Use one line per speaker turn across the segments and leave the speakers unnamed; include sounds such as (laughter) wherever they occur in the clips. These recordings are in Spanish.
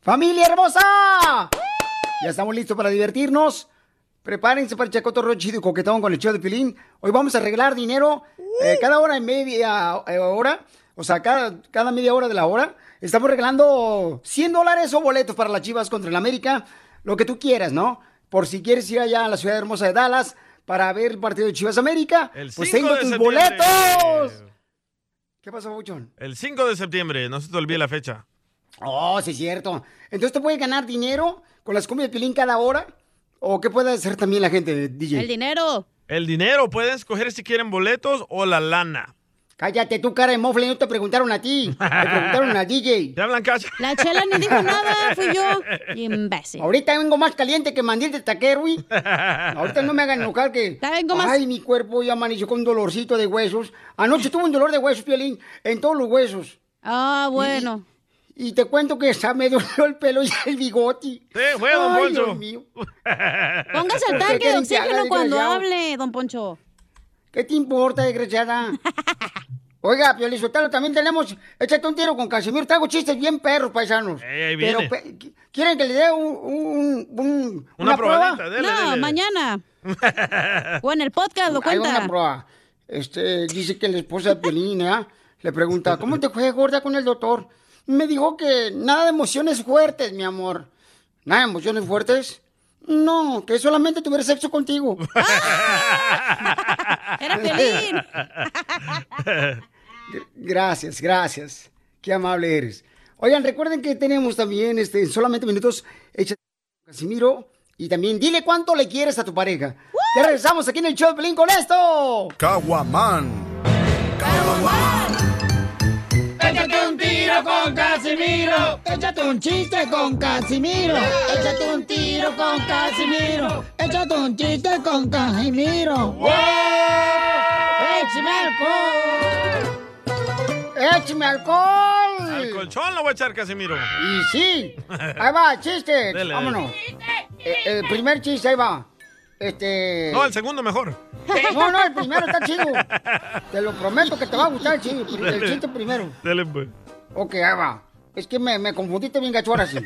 ¡Familia hermosa! Ya estamos listos para divertirnos. Prepárense para el chacotorro chido y coquetón con el show de Pilín. Hoy vamos a arreglar dinero eh, cada hora y media eh, hora. O sea, cada, cada media hora de la hora. Estamos regalando 100 dólares o boletos para las chivas contra el América. Lo que tú quieras, ¿no? Por si quieres ir allá a la ciudad hermosa de Dallas para ver el partido de Chivas América.
El
pues
5
tengo
de
tus
septiembre.
boletos. ¿Qué pasó, Buchón?
El 5 de septiembre, no se te olvide la fecha.
Oh, sí, es cierto. Entonces, ¿tú puedes ganar dinero con las cumbias de Pilín cada hora? ¿O qué puede hacer también la gente, DJ?
El
dinero.
El dinero, pueden escoger si quieren boletos o la lana.
Cállate, tú, cara de mofle, no te preguntaron a ti. Te preguntaron a DJ.
Te hablan, cacha.
La chela
ni dijo nada, fui
(laughs)
yo. Imbécil.
Ahorita vengo más caliente que mandil de taquero, güey. Ahorita no me hagan enojar que... Ay, mi cuerpo ya amaneció con un dolorcito de huesos. Anoche tuve un dolor de huesos, Piolín, en todos los huesos.
Ah, bueno.
Y, y te cuento que ya me dolió el pelo y el bigote. Sí,
fue, don
Ay,
Poncho.
Dios mío.
Póngase el
¿Por qué
tanque de
quieren que haga,
oxígeno cuando
desgraciado?
hable, don Poncho.
¿Qué te importa,
(laughs)
desgraciada? Oiga, Piolizotelo, también tenemos. Échate un tiro con Casimiro. Traigo chistes bien perros, paisanos.
(laughs) ahí
Pero,
viene.
pe- ¿qu- ¿quieren que le dé un, un- un-
Una
prueba?
probadita, dele, No, dele, dele. (laughs)
mañana. O en el podcast lo
cuenta.
una prueba. Este, dice que la esposa de Piolín, ¿eh? Le pregunta, ¿cómo te fue gorda con el doctor? Me dijo que nada de emociones fuertes, mi amor. ¿Nada de emociones fuertes? No, que solamente tuviera sexo contigo. (laughs)
Era Piolín.
Gracias, gracias. Qué amable eres. Oigan, recuerden que tenemos también este, en solamente minutos, échate un Casimiro. Y también dile cuánto le quieres a tu pareja. Ya regresamos aquí en el show de Pelín con esto. Caguaman.
Échate un tiro con Casimiro. Échate un chiste con Casimiro. Échate un tiro con Casimiro. Échate un chiste con Casimiro. ¡Wow!
¡Échame alcohol! ¡Échame alcohol!
Al colchón lo voy a echar, Casimiro.
Y sí. Ahí va, Ah, chiste.
(laughs) Dele,
Vámonos.
dele.
Eh, el primer chiste, ahí va. Este.
No, el segundo mejor.
No, no, el primero está chido. Te lo prometo que te va a gustar el chiste, el
Dale.
chiste primero.
Dele, pues.
Ok, ahí va. Es que me, me confundiste bien gacho ahora
(laughs)
sí.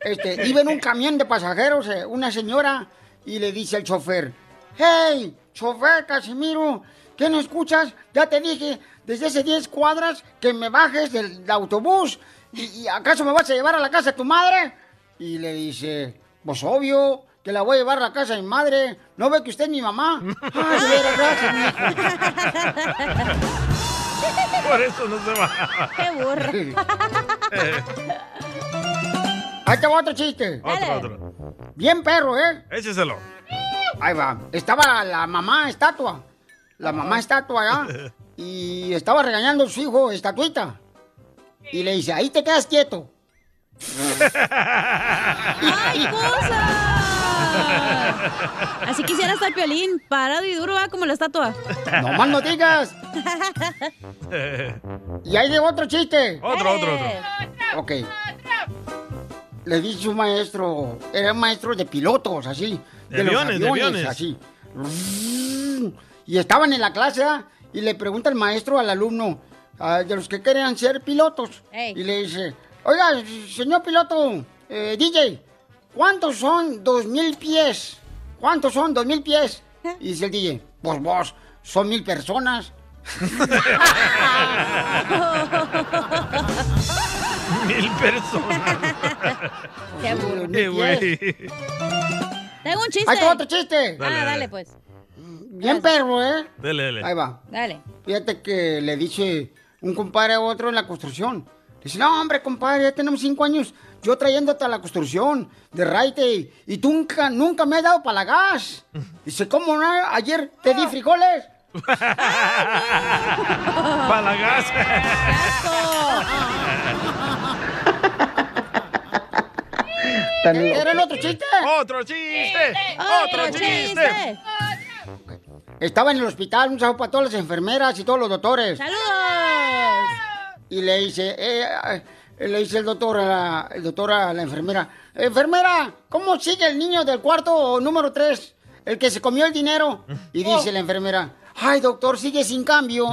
Este, iba en un camión de pasajeros eh, una señora y le dice al chofer, ¡Hey, chofer Casimiro! ¿Qué no escuchas? Ya te dije desde hace 10 cuadras que me bajes del, del autobús. ¿Y, y acaso me vas a llevar a la casa de tu madre? Y le dice, pues obvio, que la voy a llevar a la casa de mi madre. ¿No ve que usted es mi
(laughs)
mamá? Ay, de veras, gracias, mijo.
(laughs) Por eso no se va.
Qué burro.
(laughs)
Ahí te va otro chiste.
Otro, otro.
Bien perro, ¿eh? (laughs)
Écheselo.
Ahí va. Estaba la mamá estatua. La mamá estatua
(laughs)
allá. Y estaba regañando a su hijo estatuita. Y le dice, ahí te quedas quieto.
¡Ay, cosa! Así quisiera estar Piolín, parado y duro, va como la estatua.
No más no digas. Y ahí llegó otro chiste.
Otro, otro, otro.
Ok. Le dice un maestro, era un maestro de pilotos, así.
De
De,
aviones, de
los aviones, así.
aviones.
Mm. Y estaban en la clase ¿ah? y le pregunta el maestro al alumno, ah, de los que querían ser pilotos. Y le dice, oiga, señor piloto, eh, DJ, ¿cuántos son dos mil pies? ¿Cuántos son dos mil pies? Y dice el DJ, pues vos, son mil
(laughs)
personas.
Mil personas.
Qué burro.
Eh, güey.
(laughs) Tengo un chiste.
Ahí está otro chiste.
Dale,
ah,
dale.
dale, pues.
Bien perro, ¿eh?
Dele, dele.
Ahí va.
Dale.
Fíjate que le dice un compadre a otro en la construcción. Le dice, no, hombre, compadre, ya tenemos cinco años yo trayéndote a la construcción de Raite y tú nunca, nunca me has dado para la gas. Dice, ¿cómo no? Ayer te di frijoles.
Para la gas.
¿Quieren otro chiste?
¡Otro chiste! ¡Otro chiste!
Estaba en el hospital, un saludo para todas las enfermeras y todos los doctores.
¡Saludos!
Y le dice, eh, eh, le dice el doctor a la, el doctor a la enfermera, enfermera, ¿cómo sigue el niño del cuarto número 3? El que se comió el dinero. Y
Oh.
dice la enfermera, ay doctor, sigue sin cambio.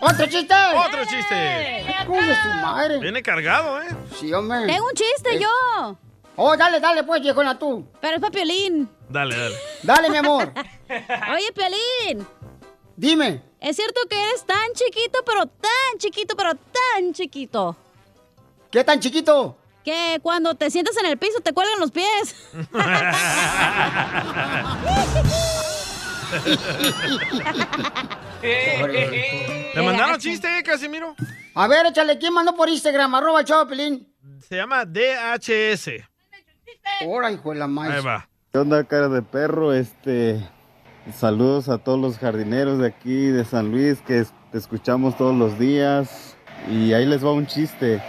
¡Otro chiste!
¡Otro chiste!
¿Cómo es tu madre?
Viene cargado, ¿eh?
Sí, hombre.
Tengo un chiste yo.
Oh, dale, dale, pues, viejona, tú.
Pero es para Piolín.
Dale, dale.
Dale, mi amor.
(laughs) Oye, Piolín.
Dime.
Es cierto que eres tan chiquito, pero tan chiquito, pero tan chiquito.
¿Qué tan chiquito?
Que cuando te sientas en el piso te cuelgan los pies.
(laughs) ¿Le mandaron chiste, eh, Casimiro?
A ver, échale, ¿quién mandó por Instagram? Arroba el chavo Pelín.
Se llama DHS.
Ahora, hijo de la
Ahí
maíz.
va.
¿Qué onda, cara de perro? Este, saludos a todos los jardineros de aquí de San Luis que es- te escuchamos todos los días. Y ahí les va un chiste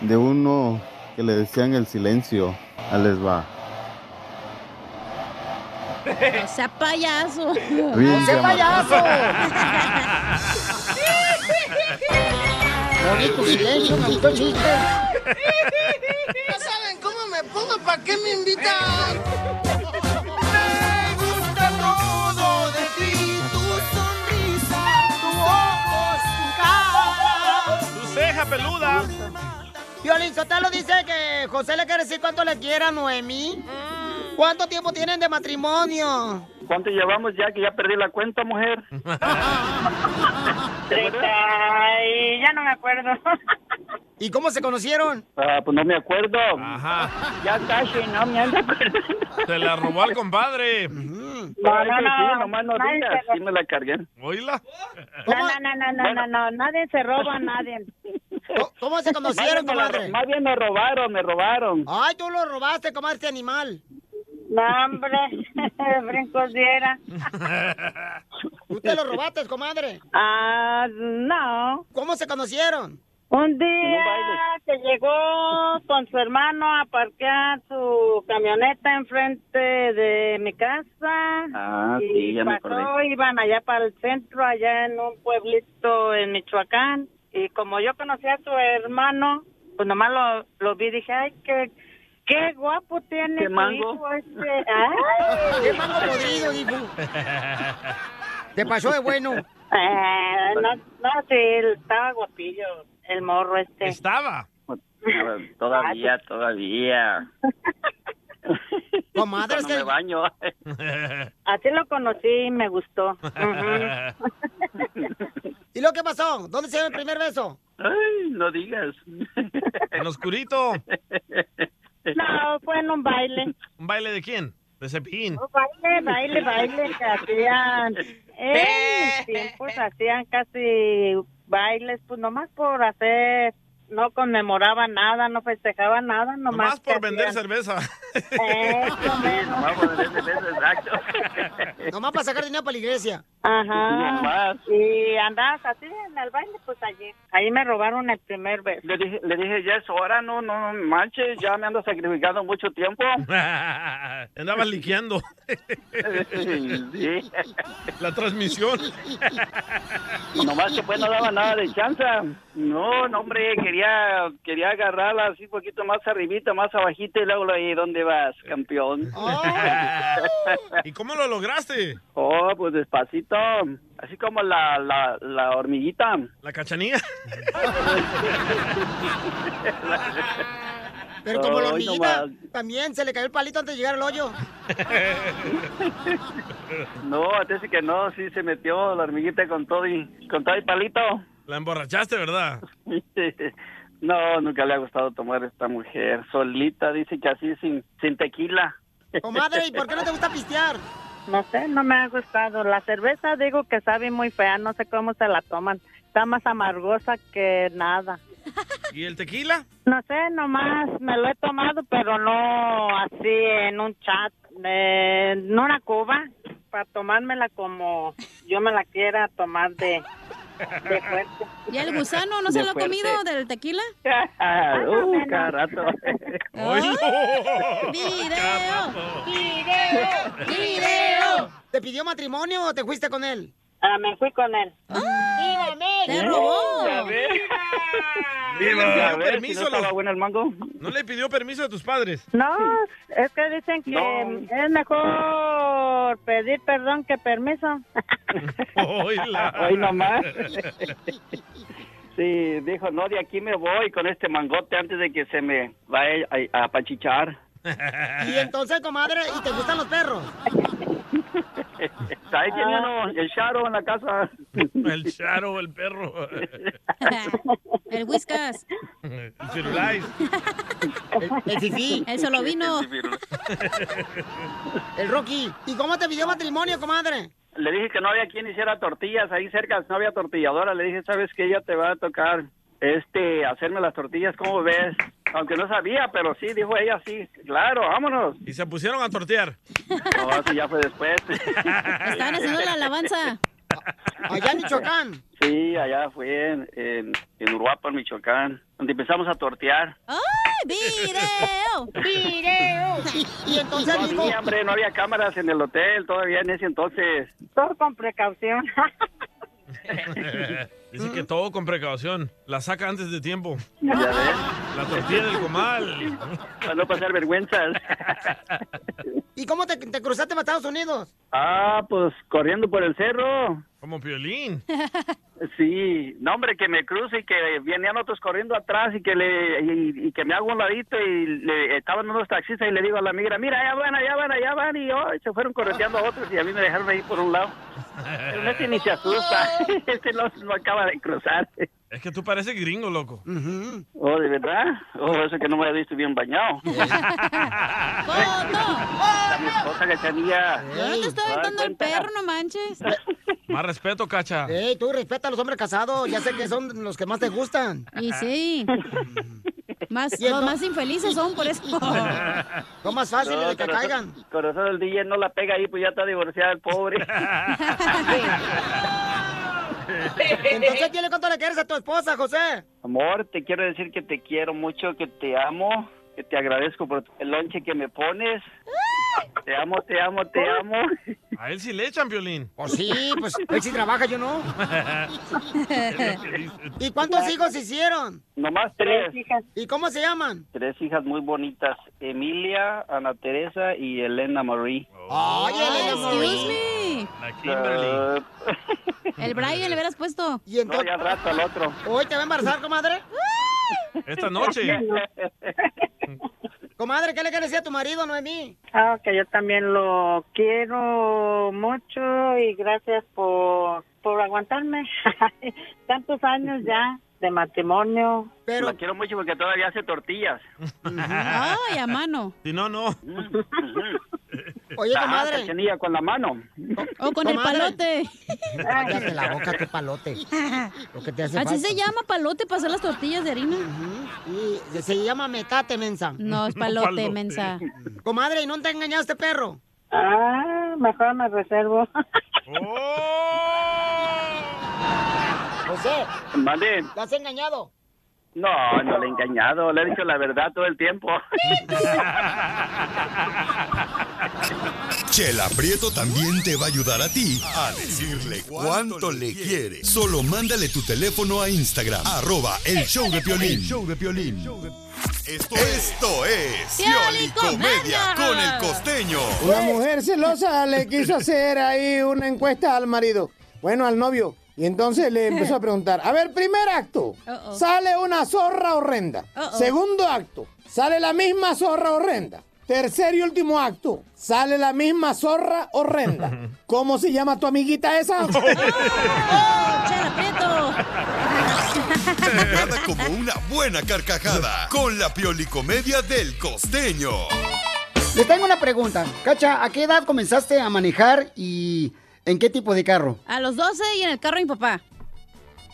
de uno que le decían el silencio. Ahí les va.
O sea, payaso.
Ríense,
¡Qué
ama-
payaso! (laughs) Bonito silencio, me gustó el chiste.
Ya saben cómo me pongo, ¿para qué me invitan? Me gusta todo de ti, tu sonrisa, tus ojos, tu cara.
¡Tu ceja peluda!
Violín Sotelo dice que José le quiere decir cuánto le quiera a Noemí. ¿Cuánto tiempo tienen de matrimonio?
¿Cuánto llevamos ya? Que ya perdí la cuenta, mujer.
Ay, ya no me acuerdo.
¿Y cómo se conocieron?
Ah, pues no me acuerdo.
Ajá.
Ya casi no me ando acordando.
Se la robó
(laughs)
al compadre.
No,
no, no,
sí, nomás no
nadie
digas.
se lo-
Sí me la cargué.
¿Oíla?
No, no, no, no, no, no, no, nadie se roba a nadie.
¿Cómo- ¿Cómo
Más
se
bien,
conocieron,
me la-
comadre?
más bien me robaron, me robaron.
Ay, tú lo robaste, comadre, este animal.
No, hombre, (laughs) brincos diera.
Usted lo robaste, comadre.
Ah, no.
¿Cómo se conocieron?
Un
un baile.
día que llegó con su hermano a parquear su camioneta enfrente de mi casa.
Ah,
y
sí, ya me
pasó,
acordé.
iban allá para el centro, allá en un pueblito en Michoacán. Y como yo conocía a su hermano, pues nomás lo, lo vi y dije, ay, qué, qué guapo tiene
¿Qué
tu
mango?
hijo
(laughs)
este. Ay,
¿Qué mango podrido, dijo?
Te pasó de bueno.
eh, no, no, sí, estaba guapillo el morro este.
Estaba.
(laughs) Todavía, todavía.
(laughs) Comadre, es
No me
que... (laughs)
baño.
Así lo conocí y me
(laughs)
gustó. Ujú.
¿Y lo que pasó? ¿Dónde se dio el primer beso?
Ay, no
(laughs)
digas.
En oscurito.
No, fue en un baile.
¿Un baile de quién? De Cepillín.
Oh, Baile, baile, baile que hacían. En mis tiempos hacían casi bailes, pues nomás por hacer, no conmemoraban nada, no festejaban nada, nomás.
Nomás por
que
vender
hacían-
cerveza. (laughs)
Eso, menos.
Vamos a ver ese beso exacto.
Nomás para sacar dinero para la iglesia.
Ajá.
Nomás.
Y andabas así en el baile, pues allí. Ahí me robaron el primer beso.
Le dije, le dije, ya es hora, no, no, no manches, ya me ando sacrificando mucho tiempo.
Andaba liqueando
Sí.
la transmisión.
Nomás que pues no daba nada de chance. No, no, hombre, quería, quería agarrarla así poquito más arribita, más abajita y luego ahí, ¿dónde vas, campeón? (laughs)
¿Y cómo lo lograste?
Oh, pues despacito, así como la, la, la (laughs) hormiguita.
¿La cachanilla?
Pero como la
Hoy
hormiguita
nomás.
también se le cayó el palito antes de llegar al hoyo.
No, antes que no, sí se metió la hormiguita con todo y con todo y palito. (laughs)
La emborrachaste, ¿verdad?
No, nunca le ha gustado tomar esta mujer solita, dice que así sin sin tequila.
Comadre, ¿y por qué no te gusta pistear?
No sé, no me ha gustado. La cerveza digo que sabe muy fea, no sé cómo se la toman. Está más amargosa que nada.
¿Y el tequila?
No sé, nomás me lo he tomado, pero no así en un chat, eh, en una cuba, para tomármela como yo me la quiera tomar de, de fuerte.
(laughs) ¿Y el gusano no
De
se lo ha
fuerte.
comido del tequila?
(laughs) Ah, uh,
(laughs)
cada rato.
¡Video!
¡Video! ¡Video! ¿Te pidió matrimonio o te fuiste con él? Ah,
Ah, me fui con él.
¡Viva México!
¡Te robó!
Viva.
¿Le
A
pidió
ver, si
permiso
no
a los-
estaba bueno el mango.
¿No le pidió permiso a tus padres?
No, (laughs) es que dicen que
No.
es mejor pedir perdón que permiso.
(laughs)
(laughs)
Hoy nomás. Sí, dijo, no, de aquí me voy con este mangote antes de que se me vaya a, a apachichar.
Y entonces, comadre, ¿y te gustan los perros?
(laughs) Ahí tiene uno, el Charo en la casa.
(laughs) El Charo,
(laughs)
el perro.
El whiskas.
El Firulais.
El fifí.
El solovino.
El Rocky. ¿Y cómo te pidió matrimonio, comadre?
Le dije que no había quien hiciera tortillas ahí cerca, no había tortilladora. Le dije, ¿sabes qué? Ya te va a tocar este hacerme las tortillas, ¿cómo ves? Aunque no sabía, pero sí, dijo ella, sí, claro, vámonos.
Y se pusieron a tortear.
No, eso ya fue después.
Estaban haciendo la alabanza.
(laughs) Allá en Michoacán.
Sí, allá fue en, en, en Uruapan, Michoacán, donde empezamos a tortear.
(laughs) ¡Ay, video!
¡Video! Y entonces
No
dijo,
había, hombre, no había cámaras en el hotel todavía en ese entonces.
Todo
(laughs)
con precaución.
(laughs) Dice que todo con precaución. La saca antes de tiempo.
Ya
¿Ah?
ves,
La tortilla del comal.
para no pasar vergüenzas.
¿y cómo te, te cruzaste para Estados Unidos?
Ah, pues corriendo por el cerro.
Como piolín.
(laughs) Sí, no hombre, que me cruce y que venían otros corriendo atrás y que le y, y que me hago un ladito y le estaban unos taxistas y le digo a la migra, mira, allá van, allá van, allá van y oh, se fueron correteando a otros y a mí me dejaron ahí por un lado. Pero este
Eh.
ni se asusta, (laughs) este no, no acaba de cruzar.
Es que tú pareces gringo, loco.
Oh, ¿de verdad? Oh, eso que no me había visto bien
(laughs)
bañado. Está mi esposa cachanilla.
Yo no te estoy aventando el perro, no
(laughs)
manches.
Más respeto, cacha.
Ey, tú respeta a los hombres casados, ya sé que son los que más te gustan.
Y sí. Más,
Y el
los
no-
más infelices son
(laughs)
por eso.
Son más fáciles
No,
de que
corazón-
caigan.
Corazón del DJ no la pega ahí, pues ya está divorciada el
(laughs)
pobre.
Entonces dile cuánto le quieres a tu esposa, José.
Amor, te quiero decir que te quiero mucho, que te amo, que te agradezco por el lonche que me pones. Te amo, te amo, te amo.
A él sí le echan piolín.
Pues sí, pues él sí trabaja, yo no. ¿Y cuántos hijos hicieron?
Nomás
Tres
tres.
hijas.
¿Y cómo se llaman?
Tres hijas muy bonitas. Emilia, Ana Teresa y Elena Marie.
Ay, Elena
Excuse
Marie.
me.
La Kimberly.
Eh,
El Brian le hubieras puesto.
Y
no,
entonces,
ya al rato al otro.
¿hoy te va a embarazar, comadre?
Esta noche.
(laughs) Comadre, ¿qué le quieres decir a tu marido, Noemí?
Ah, que yo también lo quiero mucho y gracias por, por aguantarme (laughs) tantos años ya de matrimonio.
Pero,
La quiero mucho porque todavía hace tortillas. Mm,
Ay, a mano.
Si no, no.
oye,
Ah,
comadre.
cachanilla con la mano.
O con el
Comadre.
palote.
Cállate la boca, tu
(laughs)
palote. Lo que te hace
Así
falta.
se llama palote para hacer las tortillas de harina.
Ujú. Y se llama metate, mensa.
No,
(laughs)
es
Palote.
palote, mensa.
Comadre, ¿y no te ha engañado este perro?
Ah, mejor me reservo.
José,
Mande.
¿lo has engañado?
No, no le he engañado. Le he dicho la verdad todo el tiempo.
Chela Prieto también te va a ayudar a ti a decirle cuánto le quiere. Solo mándale tu teléfono a Instagram, arroba el show de Piolín. Esto, esto es
Pioli Comedia.
Comedia con el Costeño.
La mujer celosa le quiso hacer ahí una encuesta al marido. Bueno, al novio.
Y entonces le empezó a preguntar, a ver, primer acto,
Uh-oh.
sale una zorra horrenda.
Uh-oh.
Segundo acto, sale la misma zorra horrenda. Tercer y último acto, sale la misma zorra horrenda. ¿Cómo se llama tu amiguita
(laughs)
Oh,
esa? (laughs)
Nada como una buena carcajada con la piolicomedia del costeño.
Les tengo una pregunta. Cacha, ¿a qué edad comenzaste a manejar y en qué tipo de carro?
A los 12 y en el carro de mi papá.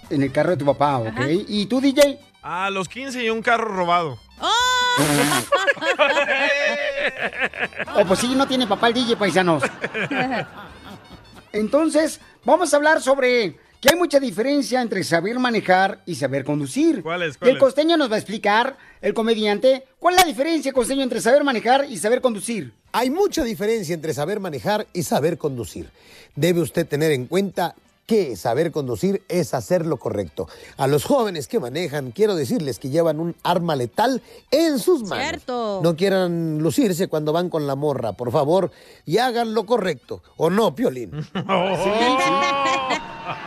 En el carro de tu papá, ¿ok? ¿Y tú, DJ?
A los 15 y un carro robado.
O pues sí, no tiene papá el DJ, paisanos. Entonces, vamos a hablar sobre que hay mucha diferencia entre saber manejar y saber conducir. ¿Cuál es?
cuál
el
es?
costeño nos va a explicar, el comediante, cuál es la diferencia, costeño, entre saber manejar y saber conducir.
Hay mucha diferencia entre saber manejar y saber conducir. Debe usted tener en cuenta que saber conducir es hacer lo correcto. A los jóvenes que manejan, quiero decirles que llevan un arma letal en sus manos.
Cierto.
No quieran lucirse cuando van con la morra, por favor, y hagan lo correcto. ¿O no, Piolín?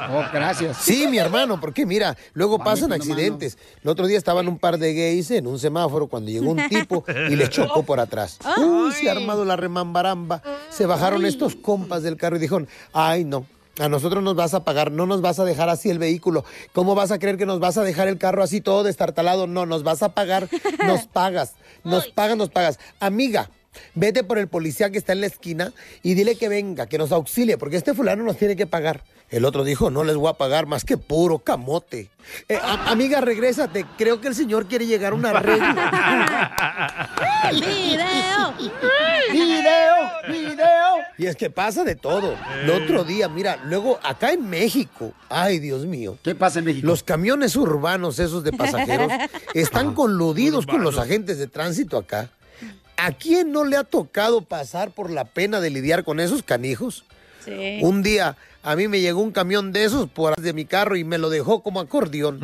Oh, gracias.
Sí, mi hermano, porque mira, luego pasan accidentes. El otro día estaban un par de gays en un semáforo cuando llegó
(laughs)
un tipo y les chocó por atrás. Uy, se ha armado la remambaramba. Se bajaron estos compas del carro y dijeron, ay no. A nosotros nos vas a pagar, no nos vas a dejar así el vehículo. ¿Cómo vas a creer que nos vas a dejar el carro así todo destartalado? No, nos vas a pagar, nos pagas, nos pagas, nos pagas. Amiga, vete por el policía que está en la esquina y dile que venga, que nos auxilie, porque este fulano nos tiene que pagar. El otro dijo, no les voy a pagar más que puro camote. Eh, a- amiga, regrésate. Creo que el señor quiere llegar a un arreglo.
¡Video!
¡Video! ¡Video!
Y es que pasa de todo. El otro día, mira, luego acá en México, ay Dios mío.
¿Qué pasa en México?
Los camiones urbanos esos de pasajeros están coludidos con los agentes de tránsito acá. ¿A quién no le ha tocado pasar por la pena de lidiar con esos canijos?
Sí.
Un día a mí me llegó un camión de esos por atrás de mi carro y me lo dejó como
(laughs)
acordeón.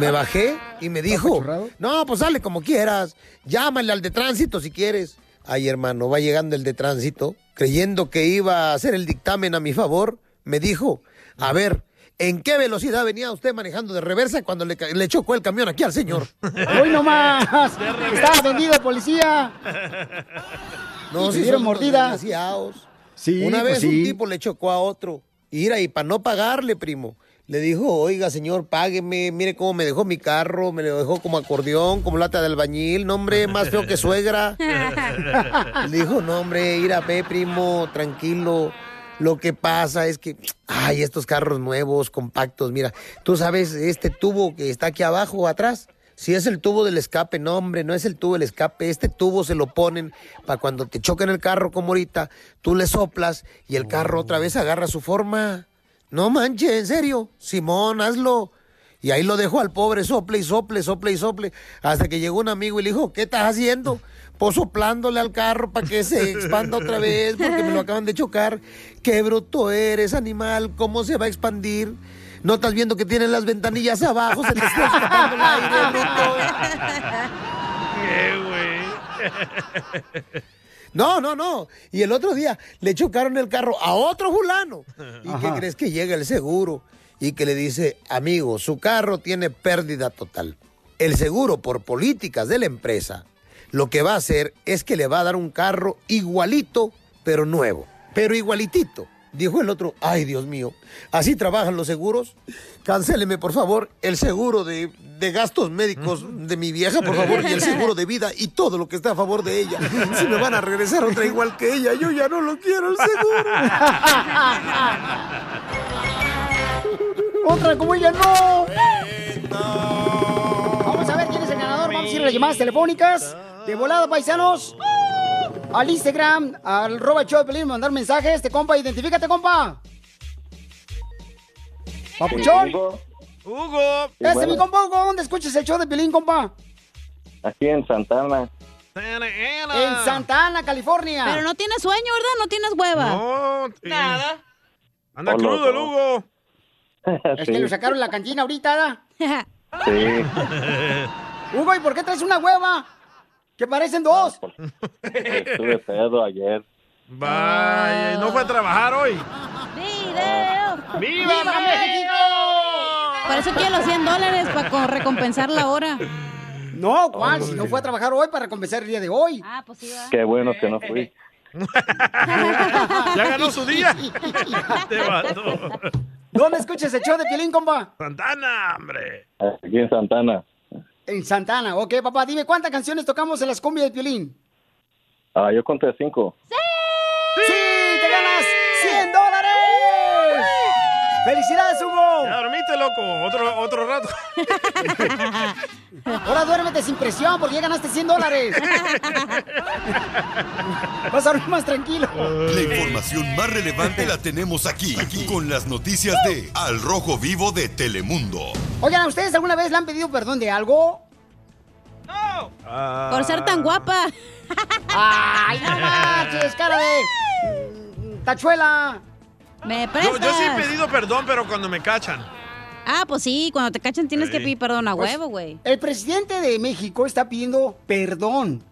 Me bajé y me dijo, no, pues sale como quieras, llámale al de tránsito si quieres. Ay, hermano, va llegando el de tránsito, creyendo que iba a hacer el dictamen a mi favor, me dijo, a ver, ¿en qué velocidad venía usted manejando de reversa cuando le, ca- le chocó el camión aquí al señor?
(laughs) ¡Hoy nomás! ¡Estaba vendido, policía!
No,
Y
si
te dieron
son unos
mordida.
desgraciados.
Sí,
Una
pues
vez
sí.
un tipo le chocó a otro. Ira, y para no pagarle, primo, le dijo, oiga, señor, págueme, mire cómo me dejó mi carro, me lo dejó como acordeón, como lata de albañil, no, hombre, más feo
(laughs)
que (laughs) suegra. le dijo, no, hombre, Ira, ve, primo, tranquilo. Lo que pasa es que, ay, estos carros nuevos, compactos, mira, tú sabes, este tubo que está aquí abajo, atrás, si es el tubo del escape, no, hombre, no es el tubo del escape. Este tubo se lo ponen para cuando te choquen el carro como ahorita, tú le soplas y el carro otra vez agarra su forma. No manches, en serio. Simón, hazlo. Y ahí lo dejó al pobre, sople y sople, sople y sople. Hasta que llegó un amigo y le dijo, ¿qué estás haciendo? Pues soplándole al carro para que se expanda otra vez porque me lo acaban de chocar. Qué bruto eres, animal. ¿Cómo se va a expandir? ¿No estás viendo que tienen las ventanillas abajo? Se te está escapando el aire, bruto. No, no, no. Y el otro día le chocaron el carro a otro fulano. ¿Y
Ajá.
qué crees que llega el seguro? Y que le dice, amigo, su carro tiene pérdida total. El seguro, por políticas de la empresa, lo que va a hacer es que le va a dar un carro igualito, pero nuevo. Pero igualitito. Dijo el otro, ay Dios mío, así trabajan los seguros. Cancéleme, por favor, el seguro de, de gastos médicos de mi vieja, por favor, y el seguro de vida y todo lo que está a favor de ella. Si me van a regresar otra igual que ella, yo ya no lo quiero el seguro.
¡Otra como ella no! Vamos Pues, a ver quién es el ganador. Vamos a ir a las llamadas telefónicas. De volada, paisanos. Al Instagram, al roba el show de Pelín, mandar mensajes. Este compa, identifícate, compa. Papuchón.
Hugo.
Hugo.
Sí,
Este es
bueno.
mi compa, Hugo. ¿Dónde escuchas el show de Pelín, compa?
Aquí en Santana.
Ah, En Santa Ana, California.
Pero no tienes sueño, ¿verdad? No tienes hueva.
No,
nada.
Anda
Hola,
crudo el
¿no? (laughs)
Hugo.
Es que Este, lo sacaron la cantina ahorita,
(laughs)
¿verdad?
Sí.
Hugo, ¿y por qué traes una hueva? Que parecen dos.
Estuve pedo ayer.
Vaya, ¿y ¿no fue a trabajar hoy?
¡Video!
¡Viva México!
Para eso quiero los 100 dólares para co- recompensar la hora.
No, ¿cuál? Si no fue a trabajar hoy para compensar el día de hoy.
Ah,
(laughs)
pues sí,
Qué bueno que no fui.
Ya ganó su día. Te
(laughs) ¿Dónde escuchas el show de Piolín, compa?
Santana, Ah, hombre.
Aquí en Santana.
En Santana. Ok, papá, dime, ¿cuántas canciones tocamos en las cumbias de Piolín?
Ah, yo conté cinco.
¡Sí! ¡Te ganas 100 dólares! ¡Felicidades, Hugo!
Ya dormiste, loco. Otro, otro rato.
Ahora duérmete sin presión porque ya ganaste
(laughs)
100 dólares. Vas a dormir más tranquilo.
La información más relevante la tenemos aquí, aquí, con las noticias de Al Rojo Vivo de Telemundo.
Oigan, ¿a ustedes alguna vez le han pedido perdón de algo?
Por ser tan guapa.
¡Ay, no marches, cara de... mm, ¡Tachuela!
¿Me
Yo,
prestas?
yo sí he pedido perdón, pero cuando me cachan.
Ah, pues sí, cuando te cachan tienes que
Sí.
pedir perdón a
Pues-
huevo, güey.
El presidente de México está pidiendo perdón.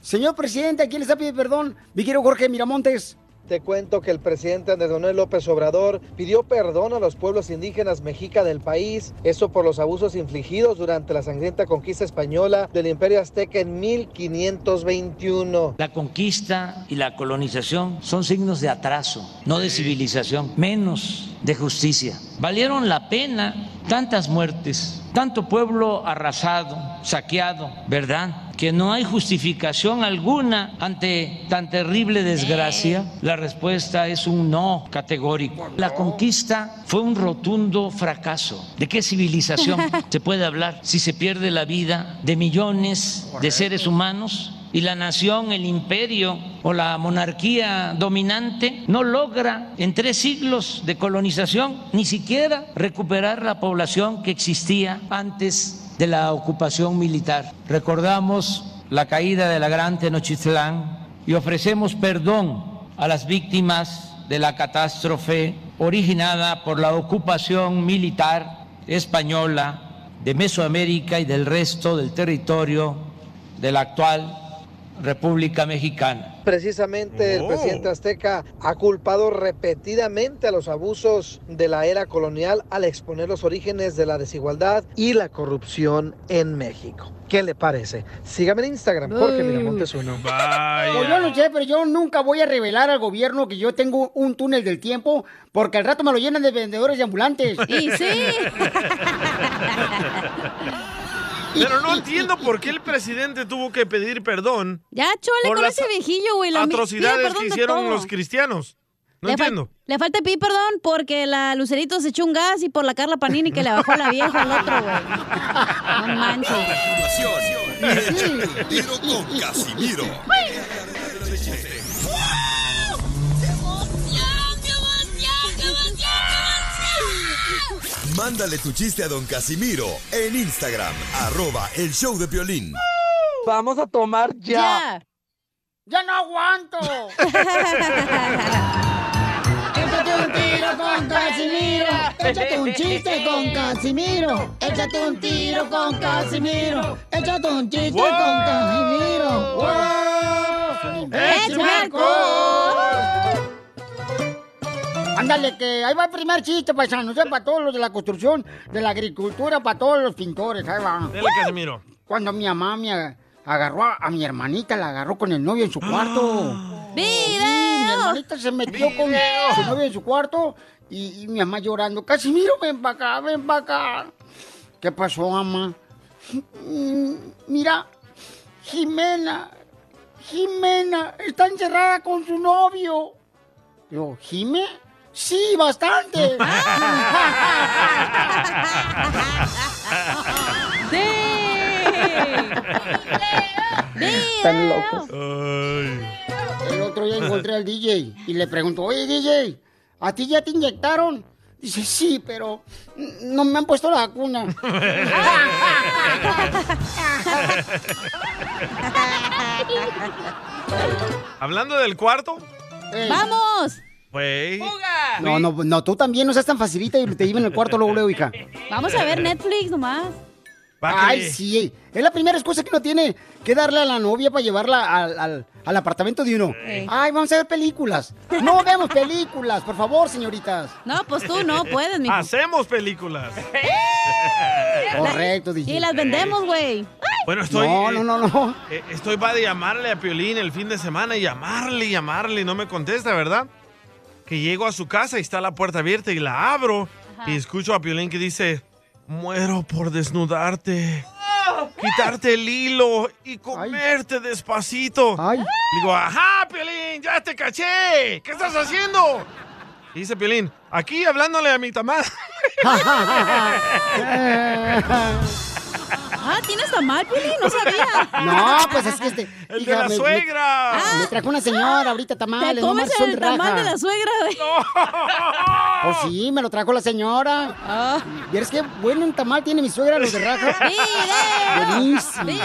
Señor presidente, ¿a quién le está pidiendo perdón? Viquero Jorge Miramontes.
Te cuento que el presidente Andrés Manuel López Obrador pidió perdón a los pueblos indígenas mexica del país, eso por los abusos infligidos durante la sangrienta conquista española del imperio azteca en 1521.
La conquista y la colonización son signos de atraso, no de civilización, menos de justicia. Valieron la pena tantas muertes, tanto pueblo arrasado, saqueado, ¿verdad? Que no hay justificación alguna ante tan terrible desgracia. La respuesta es un no categórico. La conquista fue un rotundo fracaso. ¿De qué civilización se puede hablar si se pierde la vida de millones de seres humanos? y la nación, el imperio o la monarquía dominante no logra en tres siglos de colonización ni siquiera recuperar la población que existía antes de la ocupación militar. Recordamos la caída de la Gran Tenochtitlán y ofrecemos perdón a las víctimas de la catástrofe originada por la ocupación militar española de Mesoamérica y del resto del territorio de la actual República Mexicana.
Precisamente el presidente azteca ha culpado repetidamente a los abusos de la era colonial al exponer los orígenes de la desigualdad y la corrupción en México. ¿Qué le parece? Sígame en Instagram, Jorge Miramontes uno.
Pues yo no sé, pero yo nunca voy a revelar al gobierno que yo tengo un túnel del tiempo porque al rato me lo llenan de vendedores de ambulantes.
Y sí.
(laughs) Pero no entiendo por qué el presidente tuvo que pedir perdón
Ya, chole,
Por
con
las
ese viejillo, güey. la mi- pide
atrocidades
perdón
que
de
hicieron
todo.
los cristianos. No
le, fal-
entiendo.
le falta pedir perdón porque la Lucerito se echó un gas y por la Carla Panini que le bajó la vieja al otro, güey. (laughs) No manches.
Échate un tiro con Casimiro. Mándale tu chiste a don Casimiro en Instagram, arroba el show de violín.
Vamos a tomar
¡Ya no aguanto!
Échate un tiro con Casimiro. Échate un chiste con Casimiro. Échate un tiro con Casimiro. Échate un chiste con Casimiro.
¡Wow!
¡Échame alcohol!
Ándale, que ahí va el primer chiste, paisano. Ya para todos los de la construcción, de la agricultura, para todos los pintores. Ahí va.
Dele,
(laughs)
Casimiro.
Cuando mi mamá me ag- agarró a, a mi hermanita, la agarró con el novio en su cuarto. Mi hermanita se metió con su novio en su cuarto y, y mi mamá llorando. Casimiro, ven para acá, ven para acá. ¿Qué pasó, mamá? Mm, Mira, Jimena, Jimena está encerrada con su novio. Digo, ¿Jime? Sí, bastante.
Están locos.
El otro día encontré al DJ y le pregunto, oye DJ, ¿a ti ya te inyectaron? Dice, sí, pero n- no me han puesto la vacuna.
Hablando del cuarto,
¡Vamos!
pues.
No, no,
Eh.
no, tú también no seas tan facilita y te lleven al cuarto luego, luego, hija.
Vamos a ver Netflix nomás.
¿Pa
Ay,
qué?
sí. Es la primera excusa que uno tiene que darle a la novia para llevarla al, al- al apartamento de uno.
Ey.
Ay, vamos a ver películas. No vemos películas, por favor, señoritas.
No, pues tú no puedes, mijo.
Hacemos películas.
Correcto, DJ.
Y las vendemos, güey.
Bueno, estoy.
No,
eh,
no, no, no.
eh, estoy para llamarle a Piolín el fin de semana y llamarle y llamarle y no me contesta, ¿verdad? Que llego a su casa y está la puerta abierta y la abro y escucho a Piolín que dice: Muero por desnudarte. Quitarte el hilo y comerte despacito. Digo, ajá, Piolín, ya te caché. ¿Qué estás haciendo? Y dice Piolín, aquí hablándole a
(laughs)
mi tamal. (laughs)
Eh,
Ah, ¿tienes tamal, Piolín? No sabía.
No, pues es que este.
(laughs) El de
hija,
la
me- me-
suegra. Ah.
Me, trajo una señora ahorita tamales.
Te
no
comes
marches, son
el tamal
raja.
de la suegra, güey.
Pues sí, me lo trajo la
Ah.
señora. ¿Y eres qué bueno un tamal tiene mi suegra los
(laughs)
de raja? Buenísimo.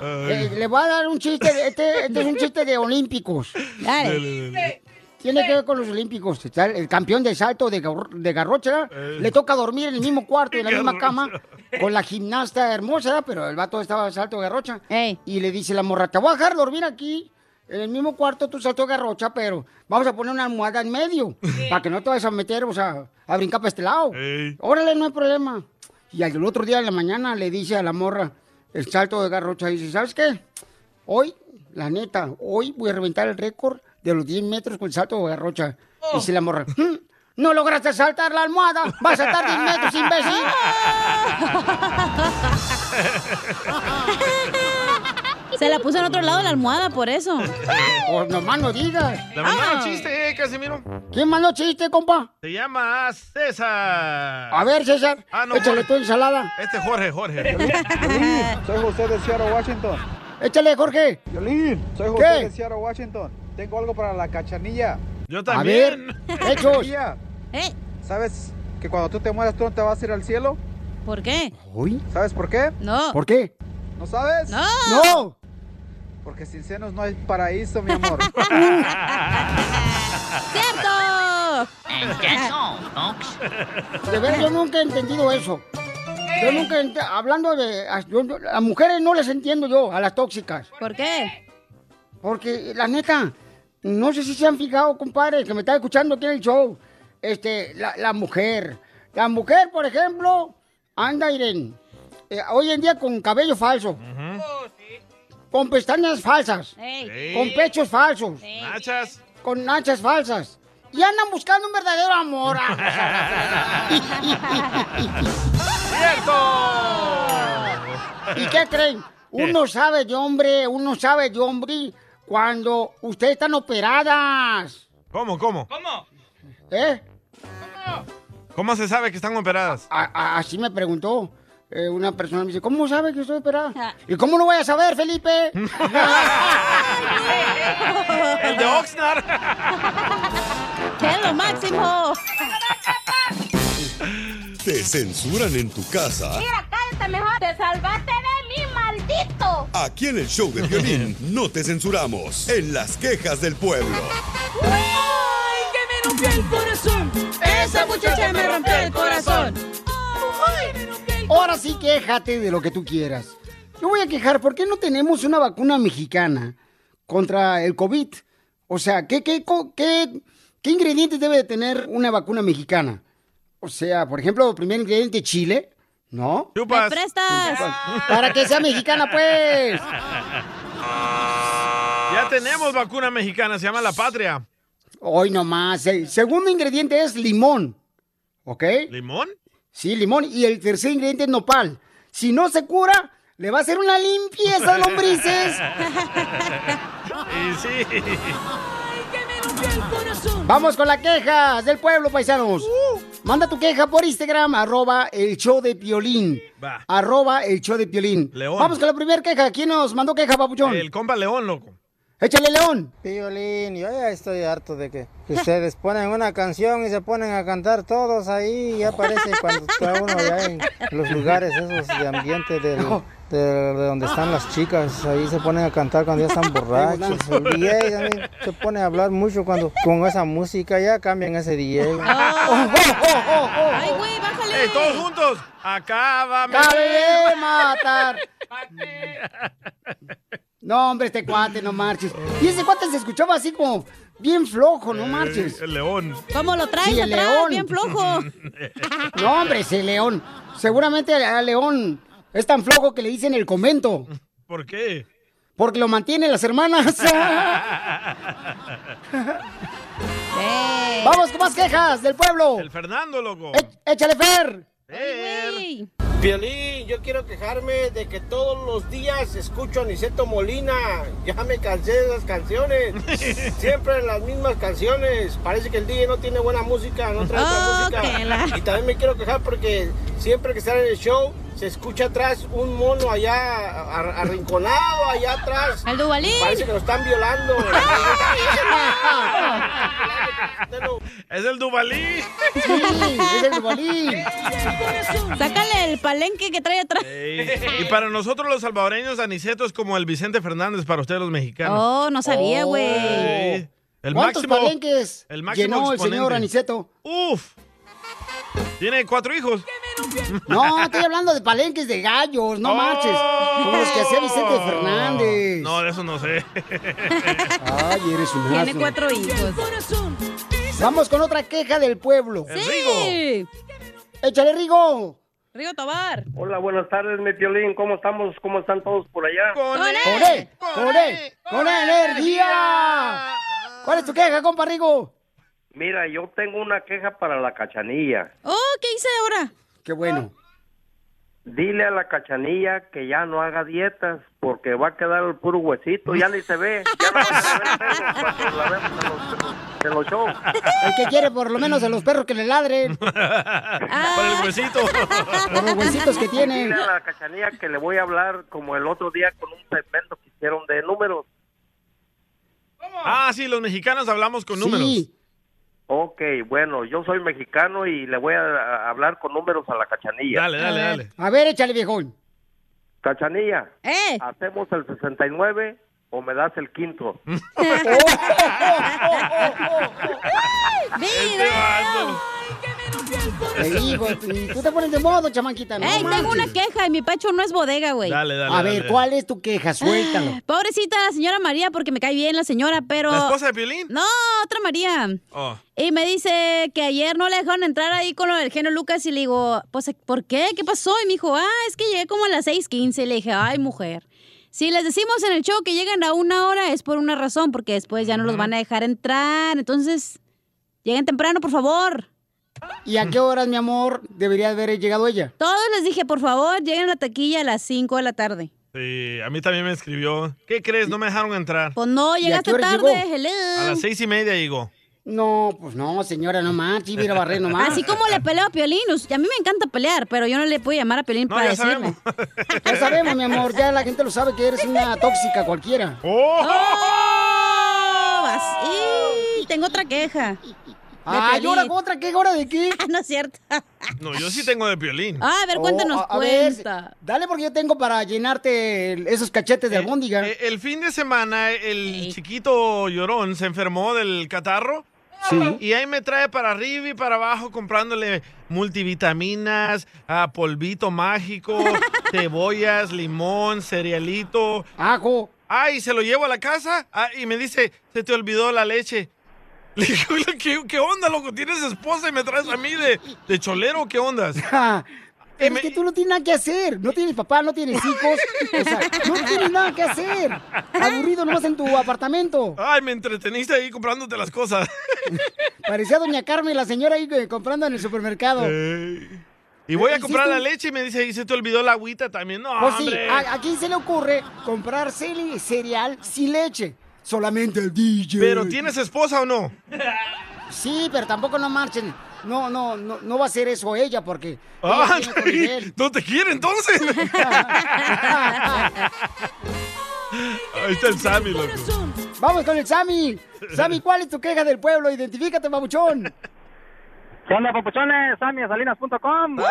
Eh, le voy a dar un chiste. Este, este es un chiste de olímpicos.
Dale. Dale, dale.
Tiene que ver con los olímpicos. Está El campeón de salto de, gar- de garrocha
Eh.
le toca dormir en el mismo cuarto y
(laughs)
en la misma
Garrocha.
cama con la gimnasta hermosa, ¿verdad? pero el vato estaba de salto de garrocha. Y le dice la morra, te voy a dejar dormir aquí en el mismo cuarto tu salto de garrocha, pero vamos a poner una almohada en medio para que no te vayas a meter, o sea, a brincar para este lado. Órale, no hay problema. Y al otro día de la mañana le dice a la morra, el salto de garrocha, dice, ¿sabes qué? Hoy, la neta, hoy voy a reventar el récord de los 10 metros con el salto de garrocha. Y
Oh.
Dice la morra, "Mm, no lograste saltar la almohada, vas a
(laughs)
saltar 10 metros, imbécil.
Se la puso en otro lado de la almohada por eso. Ah.
Pues nomás no digas.
Le mandaron chiste, eh, Casimiro.
¿Quién mandó chiste, compa?
Se llama César.
A ver, César,
Ah, no,
échale
Jorge.
tu ensalada.
Este es Jorge, Jorge.
Soy José de Seattle, Washington.
Échale, Jorge.
Soy José
¿Qué?
de Seattle, Washington. Tengo algo para la cachanilla.
Yo
(laughs)
A
ver,
(laughs)
hechos.
Eh.
¿Sabes que cuando tú te mueras tú no te vas a ir al cielo?
¿Por qué?
¿Hoy?
¿Sabes por qué?
No.
¿Por qué?
¿No sabes?
No.
No.
(laughs)
Porque sin senos no hay paraíso, mi
(laughs)
amor.
¡Cierto!
De ver, yo nunca he entendido eso. Yo nunca, ent- hablando de, a, yo no- a mujeres no les entiendo yo, a las tóxicas.
¿Por qué?
Porque, la neta, no sé si se han fijado, compadre, que me está escuchando aquí en el show, este, la, la mujer. La mujer, por ejemplo, anda, Irene, eh, hoy en día con cabello falso,
Oh,
con pestañas falsas,
Ey.
con pechos falsos,
Nachas.
con nachas falsas. Y andan buscando un verdadero amor. ¿Y qué creen? Uno sabe de hombre, uno sabe de hombre cuando ustedes están operadas.
¿Cómo, cómo?
¿Eh?
¿Cómo se sabe que están operadas?
A- así me preguntó eh, una persona. Me dice, ¿cómo sabe que estoy operada? ¿Y cómo no voy a saber, Felipe?
(laughs)
(laughs)
El
de Oxnard.
¡Qué es lo máximo!
Te censuran en tu casa.
cállate mejor. Te salvaste de mí, maldito.
Aquí en el show de violín no te censuramos. En las quejas del pueblo.
¡Ay, que me rompió el corazón! ¡Esa muchacha me rompió el corazón!
Ahora sí, quéjate de lo que tú quieras. Yo voy a quejar, ¿por qué no tenemos una vacuna mexicana contra el COVID? O sea, ¿qué, qué, co- qué- qué ingredientes debe de tener una vacuna mexicana? O sea, por ejemplo, primer ingrediente, chile, ¿no?
¡Me prestas!
(laughs) Para que sea mexicana, pues.
Ya tenemos vacuna mexicana, se llama La Patria.
Hoy nomás. El segundo ingrediente es limón. ¿Ok?
¿Limón?
Sí, limón. Y el tercer ingrediente es nopal. Si no se cura, le va a hacer una
(laughs)
limpieza a lombrices.
(laughs)
y sí.
Vamos con las quejas del pueblo, paisanos.
Uh.
Manda tu queja por Instagram, arroba el show de Piolín.
Va.
Arroba el show de Piolín.
León.
Vamos con la primera queja. ¿Quién nos mandó queja, papuchón?
El compa León, loco.
Échale, León.
Piolín, yo ya estoy harto de que ustedes ponen una canción y se ponen a cantar todos ahí, ya parece cuando está uno allá en los lugares esos de ambiente del- del- de donde están las chicas, ahí se ponen a cantar cuando ya
(laughs)
están borrachos, el DJ también se pone a hablar
Ah,
Oh,
mucho cuando con esa música, ya cambian ese DJ.
¡Ay, güey, bájale
¡Ey, todos juntos! ¡Acábame!
¡Cabe
(laughs)
de matar! No, hombre, este cuate, no marches. Y ese cuate se escuchaba así como bien flojo, no marches.
El león.
¿Cómo lo traes
Sí, el
atrás?
león.
Bien flojo.
(laughs) No, hombre, ese león. Seguramente a León es tan flojo que le dicen el convento.
¿Por qué?
Porque lo mantienen las
(laughs)
hermanas. Vamos con más quejas del pueblo.
El Fernando, loco.
Ech- Échale Fer.
Piolín, yo quiero quejarme de que todos los días escucho a Niceto Molina. Ya me cansé de esas canciones. Siempre las mismas canciones. Parece que el DJ no tiene buena música, no trae
Oh,
otra
que la-
música. Y también me quiero quejar porque siempre que sale en el show se escucha atrás un mono allá ar- arrinconado, allá atrás.
El Duvalín.
Parece que lo están
(laughs)
violando.
¡Es el Dubalí!
es el Dubalí!
Sácale el palenque que trae atrás.
Y para nosotros los salvadoreños, Aniceto es como el Vicente Fernández para ustedes los mexicanos.
Oh, no sabía, güey.
Sí. El
¿Cuántos
máximo,
palenques
el máximo
llenó el
exponente.
señor Aniceto?
¡Uf! Tiene cuatro hijos.
No, estoy hablando de palenques de gallos, no
Oh.
marches. Como los que hacía Vicente Fernández.
No, de eso no sé.
Ay, eres un
Tiene
asno.
cuatro
hijos.
Vamos con otra queja del pueblo.
¡Sí!
¡Échale, Rigo!
Río Tobar.
Hola, buenas tardes, mi Piolín. ¿Cómo estamos? ¿Cómo están todos por allá?
¡Con él! ¡Con él! eh. ¡Con energía! ¿Cuál es tu queja, compa Rigo?
Mira, yo tengo una queja para la cachanilla.
Oh, ¿qué hice ahora?
Qué bueno.
Dile a la cachanilla que ya no haga dietas porque va a quedar el puro huesito, ya ni se ve. Ya no se ve el pelo cuando la vemos en los- en los shows.
El que quiere por lo menos a los perros que le
(laughs)
ladren.
Por
(laughs)
el huesito.
Por Ah. los huesitos que tienen.
Dile a la cachanilla que le voy a hablar como el otro día con un segmento que hicieron de números.
Ah, sí, los mexicanos hablamos con números.
Ok, bueno, yo soy mexicano y le voy a, a hablar con números a la cachanilla.
Dale, dale, dale.
A ver, échale, viejón.
Cachanilla,
Eh.
¿hacemos el 69 o me das el
(laughs)
quinto?
¡Video!
Te digo, y tú te pones de modo, chamanquita. No
Ey, tengo una queja y mi pacho no es bodega, güey.
A ver, ¿cuál es tu queja? Suéltalo.
Pobrecita la señora María, porque me cae bien la señora, pero.
¿La esposa de Piolín?
No, otra María.
Oh.
Y me dice que ayer no le dejaron entrar ahí con lo del genio Lucas y le digo, pues, ¿por qué? ¿Qué pasó? Y me dijo, ah, es que llegué como a las 6.15. Le dije, ay, mujer. Si les decimos en el show que llegan a una hora es por una razón, porque después ya no los van a dejar entrar. Entonces, lleguen temprano, por favor.
¿Y a qué horas, mi amor, debería haber llegado ella?
Todos les dije, por favor, lleguen a la taquilla a las 5 de la tarde.
Sí, a mí también me escribió. ¿Qué crees? No me dejaron entrar.
Pues no,
¿Y a qué
llegaste
horas
tarde,
llegó?
hello.
A las seis y media llegó.
No, pues no, señora, no marches, mira barrer nomás.
Así como le peleo a Piolín, us- a mí me encanta pelear, pero yo no le puedo llamar a Piolín para decirle.
Ya sabemos, mi amor, ya la gente lo sabe que eres una tóxica cualquiera.
¡Oh! Así. Tengo otra queja. Ah,
Ah, ¿y ahora otra queja? ¿Hora
(laughs)
de qué?
no es cierto.
(laughs) No, yo sí tengo de Piolín.
Ah, a ver, cuéntanos,
Oh, a ver, dale porque yo tengo para llenarte el- esos cachetes de albóndiga.
Eh, El fin de semana, el chiquito llorón se enfermó del catarro.
Sí.
Y ahí me trae para arriba y para abajo comprándole multivitaminas, ah,
(laughs)
polvito mágico, cebollas, limón, cerealito.
Ajo.
Ah, y se lo llevo a la casa ah, y me dice, se te olvidó la leche. (laughs) Le digo, ¿qué, qué onda, loco? ¿Tienes esposa y me traes a mí de, de cholero? ¿Qué ondas?
(laughs) Ja, Pero es que tú no tienes nada que hacer. No tienes papá, no
(laughs)
tienes hijos. O sea, no tienes nada que hacer. Aburrido nomás en tu apartamento.
Ay, me entreteniste ahí comprándote las cosas.
Parecía doña Carmen, la señora ahí eh, comprando en el supermercado.
Eh. Y voy a
¿Hiciste
comprar la
un-
leche y me dice, y se te olvidó la agüita también. No,
Pues sí,
hombre.
¿a, a quién se le ocurre comprar cele- cereal sin leche? Solamente el DJ.
Pero ¿tienes esposa o no?
Sí, pero tampoco no marchen. No, no, no, no va a ser eso ella porque.
Ah,
ella viene con nivel.
no te quiere
(laughs)
entonces. Ahí está el Sammy, loco.
Vamos con el Sammy. Sammy, ¿cuál es tu queja del pueblo? Identifícate,
(laughs)
babuchón.
¿Qué onda, papuchones? SammyAsalinas.com.
A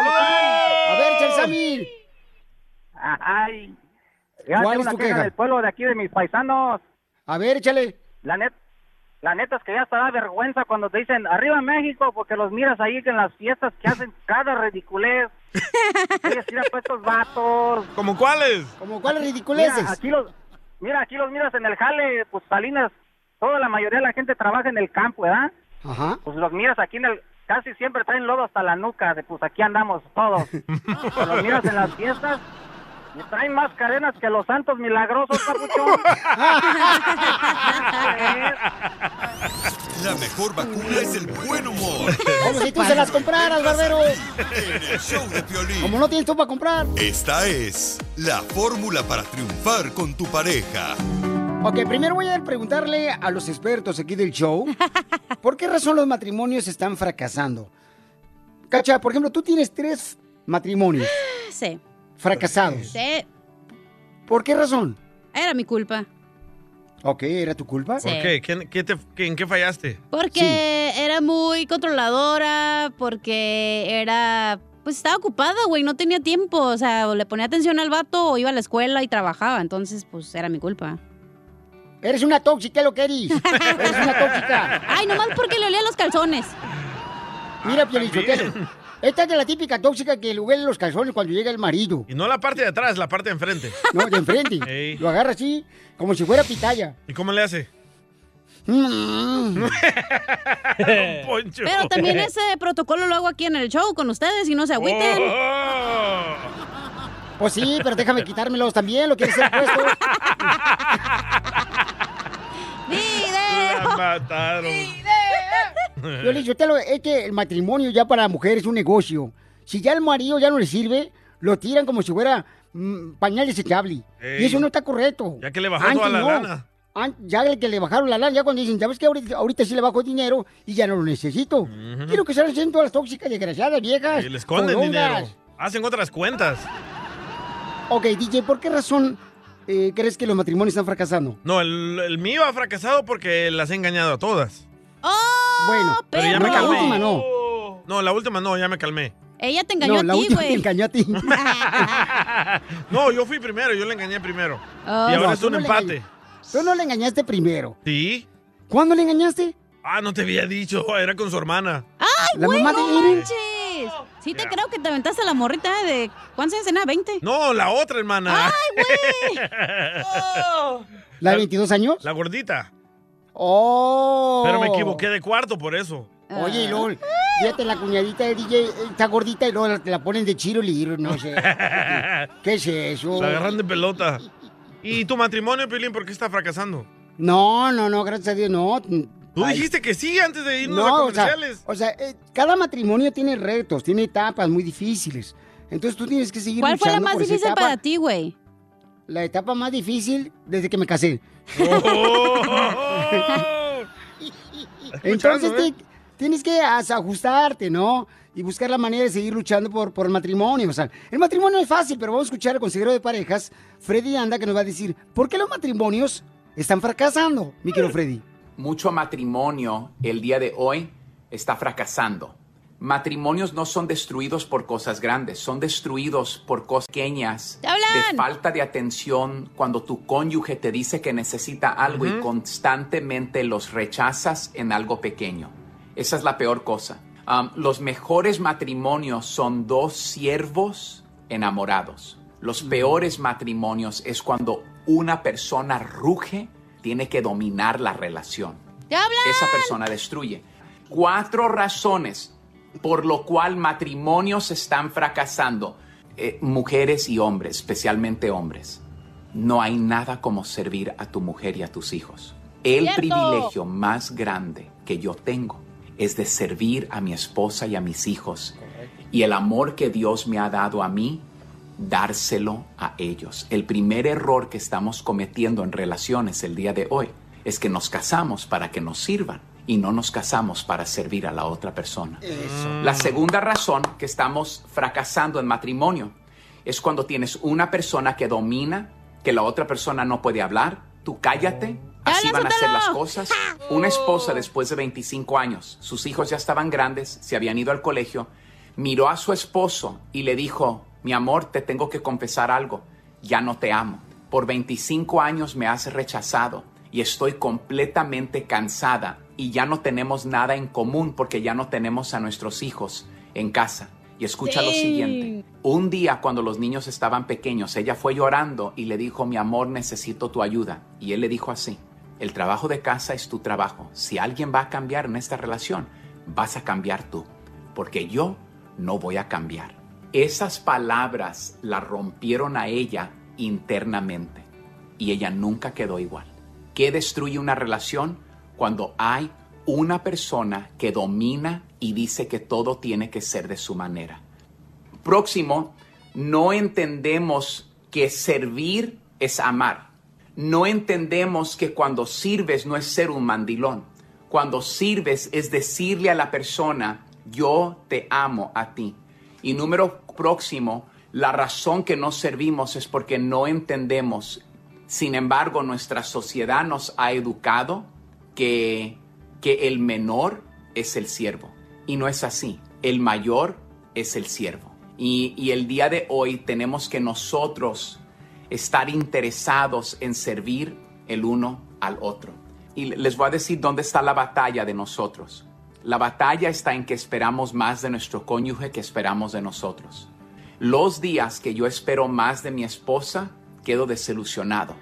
ver, echa el Sammy.
Ay. Yo
¿Cuál
tengo
es
una
tu
queja
queja?
del pueblo de aquí de mis paisanos.
A ver, échale.
La net,
La neta es que ya hasta da vergüenza cuando te dicen arriba México, porque los miras ahí en las fiestas que
(laughs)
hacen cada ridiculez. Oye, mira pues estos vatos.
¿Como cuáles?
¿Como cuáles ridiculeces?
Mira, aquí los, mira, aquí los miras en el jale, pues Salinas, toda la mayoría de la gente trabaja en el campo, ¿verdad?
Ajá.
Pues los miras aquí en el, casi siempre traen lodo hasta la nuca, de pues aquí andamos todos. Pero los miras en las fiestas, y traen más cadenas que los santos milagrosos, papuchón.
La mejor vacuna es el buen humor.
Como si tú se las compraras, barbero.
En el show de Piolín.
Como no tienes tú para comprar.
Esta es la fórmula para triunfar con tu pareja.
Ok, primero voy a preguntarle a los expertos aquí
(laughs)
del show por qué razón los matrimonios están fracasando. Cacha, por ejemplo, tú tienes tres matrimonios
Sí.
fracasados.
Sí.
¿Por qué razón?
Era mi culpa.
Ok, ¿era tu culpa?
Sí.
¿Por qué? ¿Qué- qué te- qué- ¿En qué fallaste?
Porque era muy controladora, porque era... Pues estaba ocupada, güey, no tenía tiempo. O sea, o le ponía atención al vato o iba a la escuela y trabajaba. Entonces, pues era mi culpa.
Eres una tóxica, lo que eres. Eres una tóxica.
Ay, nomás porque le olía los calzones.
Ah,
Mira, Pielichotelo. Esta es de la típica tóxica que le huele los calzones cuando llega el marido.
Y no la parte de atrás, la parte
(laughs)
de enfrente.
No, de enfrente.
Ey.
Lo agarra así, como si fuera pitaya.
¿Y cómo le hace? (laughs)
Mm.
Poncho.
Pero también ese protocolo lo hago aquí en el show con ustedes y no se agüiten.
Oh.
Pues sí, pero déjame quitármelos también, lo quieres ser puesto.
La mataron.
Yo le digo, "Telo, es que el matrimonio ya para la mujer es un negocio. Si ya el marido ya no le sirve, lo tiran como si fuera mm, pañal desechable.
Ey.
Y eso no está correcto.
Ya que le bajó toda la lana.
An- Ya que le bajaron la lana, ya cuando dicen, ¿sabes qué? Ahorita, ahorita sí le bajo dinero y ya no lo necesito. Quiero que salen siendo todas las tóxicas, desgraciadas, viejas.
Y le esconden
fodongas.
dinero. Hacen otras cuentas.
Ok, DJ, ¿por qué razón eh, crees que los matrimonios están fracasando? (laughs)
No, el, el mío ha fracasado porque las he engañado a todas.
Oh,
bueno,
Pero ya me
no, la
calmé.
última no.
No, la última no, ya me calmé.
Ella te engañó
No, la
a ti,
última te
güey.
engañó a ti.
No, yo fui primero, yo le engañé primero.
Oh.
y ahora
No,
es
tú
un
no le
empate.
Tú no le engañaste primero.
¿Sí?
¿Cuándo le engañaste?
Ah, no te había dicho, era con su hermana.
¡Ay,
La
güey!
mamá
¡No
de Irene.
manches! Sí te creo que te aventaste a la morrita ¿eh? de... ¿Cuántos años tenía? ¿20?
No, la otra hermana.
¡Ay,
(laughs)
güey!
¿La de 22 años?
La gordita.
¡Oh!
Pero me equivoqué de cuarto por eso.
Ah.
Oye,
Ah. (laughs)
LOL, fíjate, la cuñadita de DJ está gordita y luego la- te la ponen de chiro y no
(laughs)
sé. ¿Qué es eso?
La agarran de pelota. ¿Y tu matrimonio, Pilín, por qué está fracasando?
No, no, no, gracias a Dios, no.
Tú dijiste que sí antes de irnos a
No, o sea,
comerciales.
o sea eh, cada matrimonio tiene retos, tiene etapas muy difíciles. Entonces tú tienes que seguir
¿Cuál fue la
luchando
más
por esa
difícil
etapa.
para ti, güey?
La etapa más difícil desde que me casé. Entonces
Escuchando, ¿eh?
te- tienes que as- ajustarte, ¿no? Y buscar la manera de seguir luchando por, por el matrimonio. O sea, el matrimonio es fácil, pero vamos a escuchar al consejero de parejas, Freddy Anda, que nos va a decir por qué los matrimonios están fracasando, mi querido Freddy.
mucho matrimonio el día de hoy está fracasando. Matrimonios no son destruidos por cosas grandes, son destruidos por cosas pequeñas, de falta de atención cuando tu cónyuge te dice que necesita algo y
Ujú.
constantemente los rechazas en algo pequeño. Esa es la peor cosa. Um, los mejores matrimonios son dos siervos enamorados. Los peores matrimonios es cuando una persona ruge, tiene que dominar la relación.
¡Te habla! (laughs)
Esa persona destruye. Cuatro razones por lo cual matrimonios están fracasando. Eh, mujeres y hombres, especialmente hombres. No hay nada como servir a tu mujer y a tus hijos. El
Cierto.
privilegio más grande que yo tengo es de servir a mi esposa y a mis hijos. Y el amor que Dios me ha dado a mí, dárselo a ellos. El primer error que estamos cometiendo en relaciones el día de hoy es que nos casamos para que nos sirvan y no nos casamos para servir a la otra persona. La segunda razón que estamos fracasando en matrimonio es cuando tienes una persona que domina, que la otra persona no puede hablar, tú cállate, así van a hacer las cosas. Una esposa después de 25 años, sus hijos ya estaban grandes, se habían ido al colegio, miró a su esposo y le dijo, mi amor, te tengo que confesar algo, ya no te amo. Por 25 años me has rechazado y estoy completamente cansada y ya no tenemos nada en común porque ya no tenemos a nuestros hijos en casa. Y escucha lo
Sí.
siguiente. Un día cuando los niños estaban pequeños, ella fue llorando y le dijo, mi amor, necesito tu ayuda. Y él le dijo así, el trabajo de casa es tu trabajo. Si alguien va a cambiar en esta relación, vas a cambiar tú, porque yo no voy a cambiar. Esas palabras la rompieron a ella internamente y ella nunca quedó igual. ¿Qué destruye una relación? Cuando hay una persona que domina y dice que todo tiene que ser de su manera. Próximo, no entendemos que servir es amar. No entendemos que cuando sirves no es ser un mandilón. Cuando sirves es decirle a la persona, yo te amo a ti. Y número próximo, la razón que no servimos es porque no entendemos. Sin embargo, nuestra sociedad nos ha educado que, que el menor es el siervo. Y no es así. El mayor es el siervo. Y, y el día de hoy tenemos que nosotros estar interesados en servir el uno al otro. Y les voy a decir dónde está la batalla de nosotros. La batalla está en que esperamos más de nuestro cónyuge que esperamos de nosotros. Los días que yo espero más de mi esposa, quedo desilusionado.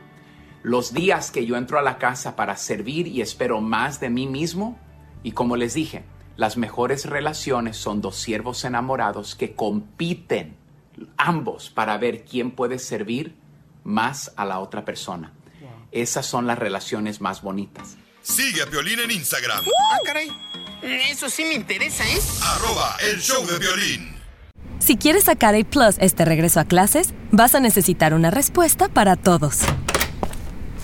Los días que yo entro a la casa para servir y espero más de mí mismo, y como les dije, las mejores relaciones son dos siervos enamorados que compiten ambos para ver quién puede servir más a la otra persona. Esas son las relaciones más bonitas.
Sigue a Violín en Instagram.
Ah, Eso sí me interesa, ¿eh?
Arroba el show de violín.
Si quieres sacar A Plus este regreso a clases, vas a necesitar una respuesta para todos.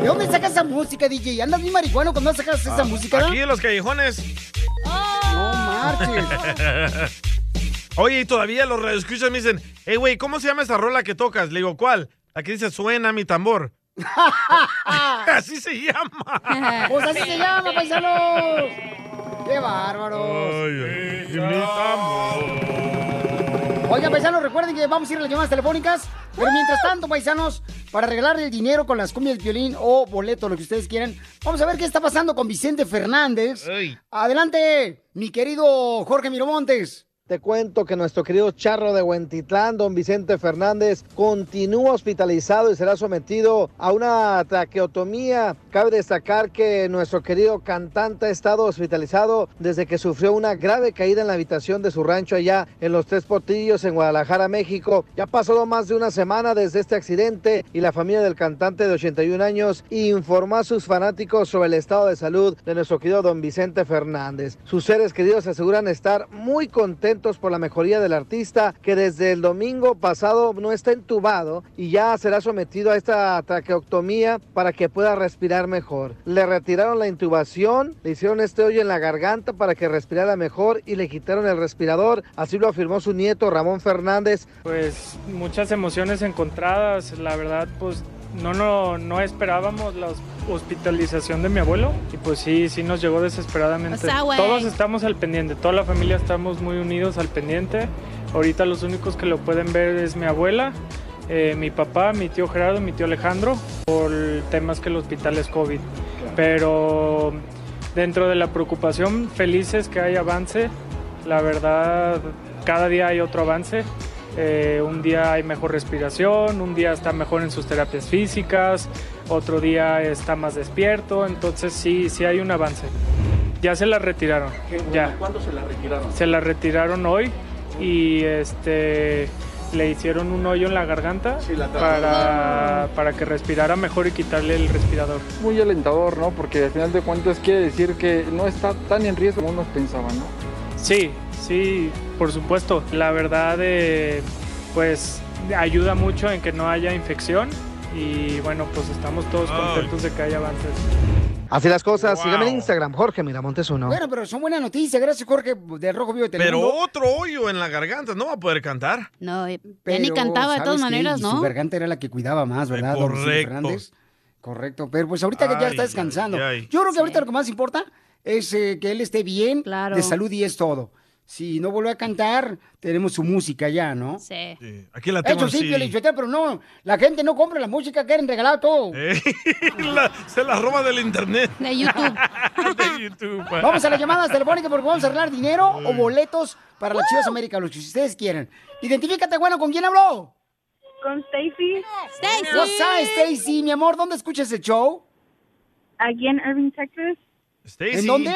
¿De dónde sacas esa música, DJ? Andas bien marihuano cuando sacas
Ah.
esa música, ¿verdad?
Aquí en los callejones.
No marches.
(laughs) Oye, y todavía los radioescuchas me dicen, hey, güey, ¿cómo se llama esa rola que tocas? Le digo, ¿cuál? La que dice, suena mi tambor. así se llama.
Pues así se llama, paisanos. ¡Qué bárbaros! Oigan, paisanos, recuerden que vamos a ir a las llamadas telefónicas. Pero mientras tanto, paisanos, para regalar el dinero con las cumbias de violín o boleto, lo que ustedes quieran, vamos a ver qué está pasando con Vicente Fernández. Adelante, mi querido Jorge Miramontes.
Te cuento que nuestro querido charro de Huentitlán, don Vicente Fernández, continúa hospitalizado y será sometido a una traqueotomía. Cabe destacar que nuestro querido cantante ha estado hospitalizado desde que sufrió una grave caída en la habitación de su rancho allá en Los Tres Potillos, en Guadalajara, México. Ya ha pasado más de una semana desde este accidente y la familia del cantante de 81 años informó a sus fanáticos sobre el estado de salud de nuestro querido don Vicente Fernández. Sus seres queridos aseguran estar muy contentos por la mejoría del artista que desde el domingo pasado no está entubado y ya será sometido a esta traqueotomía para que pueda respirar mejor. Le retiraron la intubación, le hicieron este hoyo en la garganta para que respirara mejor y le quitaron el respirador. Así lo afirmó su nieto Ramón Fernández.
Pues muchas emociones encontradas, la verdad pues no, no, no esperábamos la hos- hospitalización de mi abuelo y pues sí, sí nos llegó desesperadamente.
O sea, güey.
Todos estamos al pendiente, toda la familia estamos muy unidos al pendiente. Ahorita los únicos que lo pueden ver es mi abuela, eh, mi papá, mi tío Gerardo, mi tío Alejandro, por temas que el hospital es COVID. Pero dentro de la preocupación, felices que hay avance. La verdad, cada día hay otro avance. Eh, un día hay mejor respiración, un día está mejor en sus terapias físicas, otro día está más despierto. Entonces sí, sí hay un avance. Ya se la retiraron. ya.
¿Cuándo se la retiraron?
Se la retiraron hoy y este le hicieron un hoyo en la garganta para, para que respirara mejor y quitarle el respirador.
Muy alentador, ¿no? Porque al final de cuentas quiere decir que no está tan en riesgo como unos pensaban, ¿no?
Sí, sí, por supuesto. La verdad, eh, pues ayuda mucho en que no haya infección y bueno, pues estamos todos contentos de que haya avances.
Así las cosas. Síganme en Instagram, Jorge Miramontes uno.
Bueno, pero son buenas noticias. Gracias, Jorge, de Rojo Vivo de
Pero
Telemundo.
otro hoyo en la garganta, no va a poder cantar. (laughs)
No, eh, ya ni
Pero,
cantaba de
¿sabes
todas
qué?
maneras,
Y
¿no?
Su garganta era la que cuidaba más, ¿verdad? don Vicente
Correcto.
Fernández? Correcto, pero pues ahorita que ya
Ay,
está descansando.
ay, ay.
Yo creo que ahorita lo que más importa es eh, que él esté bien, de salud y es todo. Si no vuelve a cantar, tenemos su música ya, ¿no?
Sí.
Aquí la tengo
Eso sí,
así.
Piolichotero, pero no, la gente no compra la música, quieren regalar todo.
Eh, la- se la roba del internet.
De Eh, YouTube.
de YouTube. pa.
Vamos a las llamadas telefónicas porque vamos a
Mm.
arreglar dinero o boletos para las Chivas América, los que ustedes quieran. Identifícate, bueno, ¿con quién habló?
Con Stacy.
Stacy. What's up, Stacy, mi amor? ¿Dónde escuchas el show?
(laughs) Aquí en Irving, Texas.
Stacy.
¿En dónde?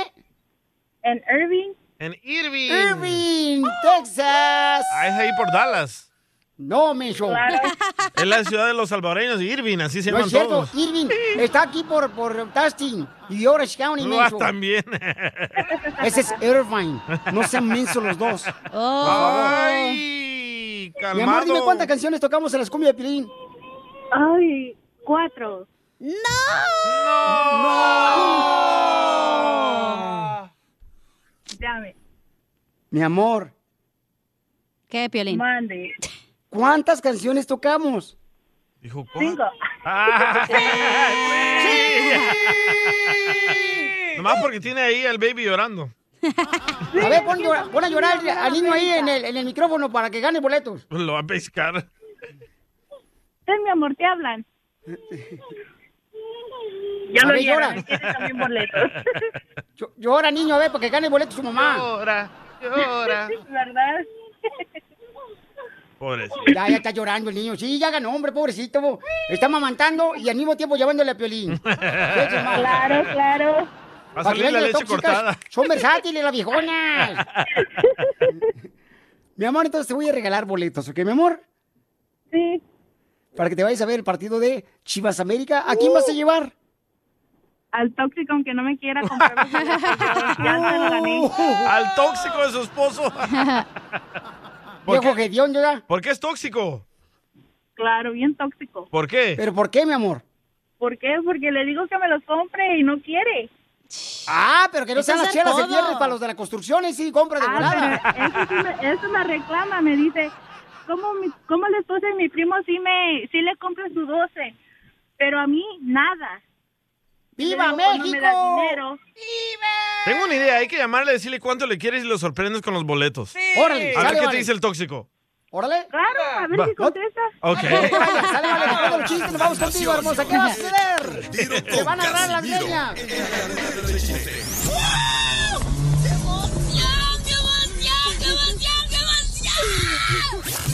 En Irving.
En Irving.
Irving, Texas.
Ah, es ahí por Dallas.
No, Micho.
(laughs) Es la ciudad de los salvadoreños, Irving, así se
No
llaman
es cierto,
todos.
Irving está aquí por, por Tustin y Orange County,
Tú vas
menso.
Ah, también.
(laughs)
(laughs)
Ese es Irvine. No sean mensos los dos.
Oh.
Por favor.
Ay, calmado.
Mi amor, dime cuántas canciones tocamos en las cumbias de Pilín.
Ay, cuatro.
¡No!
¡No!
Dame.
Mi amor,
¿Qué, Piolín?
Mande.
¿cuántas canciones tocamos?
Dijo,
Cinco.
Eh, Nomás porque tiene ahí al baby llorando.
A ver, pon, llora- pon a llorar al- al niño ahí en el, en el micrófono para que gane boletos.
Lo va a pescar.
Ten, mi amor, te hablan. Ya
A
lo
ver,
llora.
llora.
Tiene también boletos.
Llo- Llora, niño, a ver, para que gane boletos su mamá.
Llora,
llora. (laughs) ¿Verdad?
Pobrecito.
(laughs) Ya, ya está llorando el niño. Sí, ya ganó, hombre, pobrecito. Está mamantando y al mismo tiempo llevándole a
(laughs)
Piolín.
Claro,
claro.
Va a salir la leche cortada.
Son
(laughs)
versátiles las viejonas. mi amor, entonces te voy a regalar boletos, ¿ok, mi amor?
Sí.
Para que te vayas a ver el partido de Chivas América. ¿A quién vas a llevar?
Al tóxico, aunque no me quiera comprar. los boletos,
(laughs)
yo ya se lo gané.
Al tóxico de su esposo. ¿Por
(laughs) Viejo
qué?
Gedión, ya.
¿Por qué es tóxico?
Claro, bien tóxico.
¿Por qué?
¿Pero por qué, mi amor? (laughs)
¿Por qué? Porque le digo que me los compre y no quiere.
Ah, pero que no sean las chelas el viernes para los de
la
las construcciones, sí, compra de volada.
Ah, eso, sí me, eso me reclama, me dice, ¿cómo, mi, cómo la esposa de mi primo sí, me, sí le compra su 12? Pero a mí, nada.
¡Viva
Yo le digo, pues, No me das
México!
dinero.
Tengo una idea. Hay que llamarle, decirle cuánto le quieres y lo sorprendes con los boletos.
Órale,
A ver
sale,
qué te
vale.
dice el tóxico.
Órale.
Claro, a ver
Va.
si contesta.
Ok.
(laughs) Vaya, sale, vale, después de los chistes, nos vamos contigo, hermosa. ¿Qué va a suceder? Te van a agarrar las medias.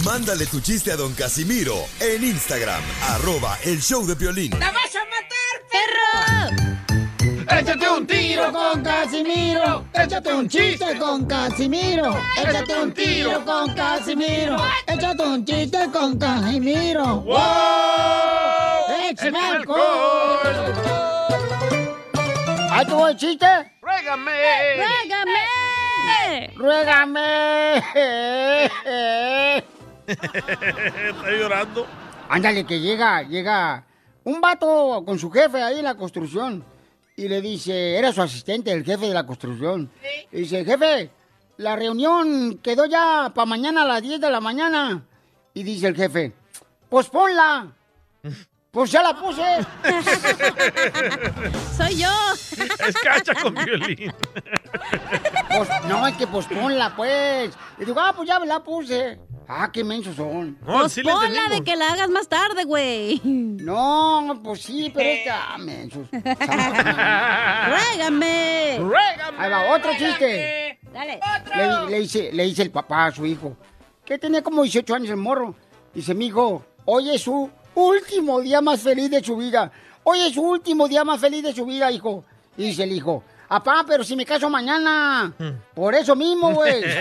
Mándale tu chiste a don Casimiro en Instagram, arroba el show de violín.
vas a matar, perro! ¡Échate un tiro con Casimiro!
Échate un chiste con Casimiro. Échate un tiro con Casimiro. Échate un chiste con Casimiro.
¡Wow!
¡Échame
¡Échame
alcohol!
¿Ahí tuvo el chiste?
¡Ruégame!
¡Ruégame!
¡Ruégame!
(laughs) Está llorando.
Ándale, que llega, llega un vato con su jefe ahí en la construcción y le dice, era su asistente, el jefe de la construcción. Y dice, jefe, la reunión quedó ya para mañana a las 10 de la mañana. Y dice el jefe, pues
(laughs)
ponla. Pues ya la puse.
Soy yo.
Es cacha con violín.
Pues, no, es que pues ponla, pues. Y digo, ah, pues ya me la puse. Ah, qué mensos son.
Pues ponla de que la hagas más tarde, güey.
No, pues sí, pero esta...
(laughs)
Ah, mensos.
¡Ruégame!
¡Ruégame! Ahí va, otro chiste.
Dale.
Le, le dice, le dice el papá a su hijo, que tenía como 18 años el morro. Dice, mi hijo, hoy es su último día más feliz de su vida. Hoy es su último día más feliz de su vida, hijo. Y dice el hijo, papá, pero si me caso mañana. Por eso mismo, güey. (laughs)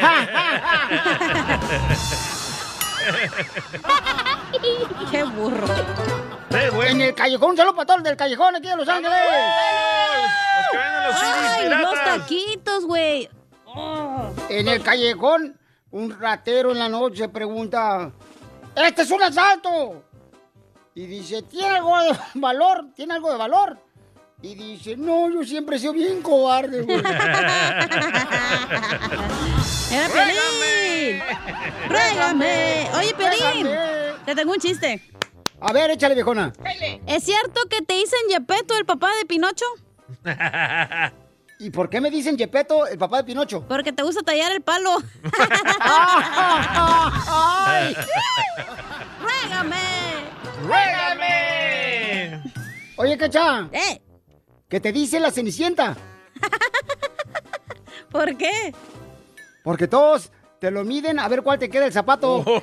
¡Qué burro!
En el callejón, un saludo para todos del callejón aquí de Los Ángeles.
¡Ay, los taquitos, güey! Oh.
En el callejón, un ratero en la noche pregunta, ¡Este es un asalto! Y dice, ¿tiene algo de (laughs) valor? ¿Tiene algo de valor? Y dice, no, yo siempre he sido bien cobarde, güey.
(laughs) ¡Era Pelín! ¡Régame! Oye, Pelín, te tengo un chiste.
A ver, échale, viejona.
¿Es cierto que te dicen Yepeto, el papá de Pinocho?
¿Y por qué me dicen Yepeto, el papá de Pinocho?
Porque te gusta tallar el
(laughs)
palo.
(laughs)
(laughs)
¡Ay!
¡Régame!
¡Ruégame!
Oye, Cacha. ¿Eh? ¿Qué te dice la Cenicienta?
(laughs) ¿Por qué?
Porque todos te lo miden a ver cuál te queda
(laughs)
el zapato. (laughs)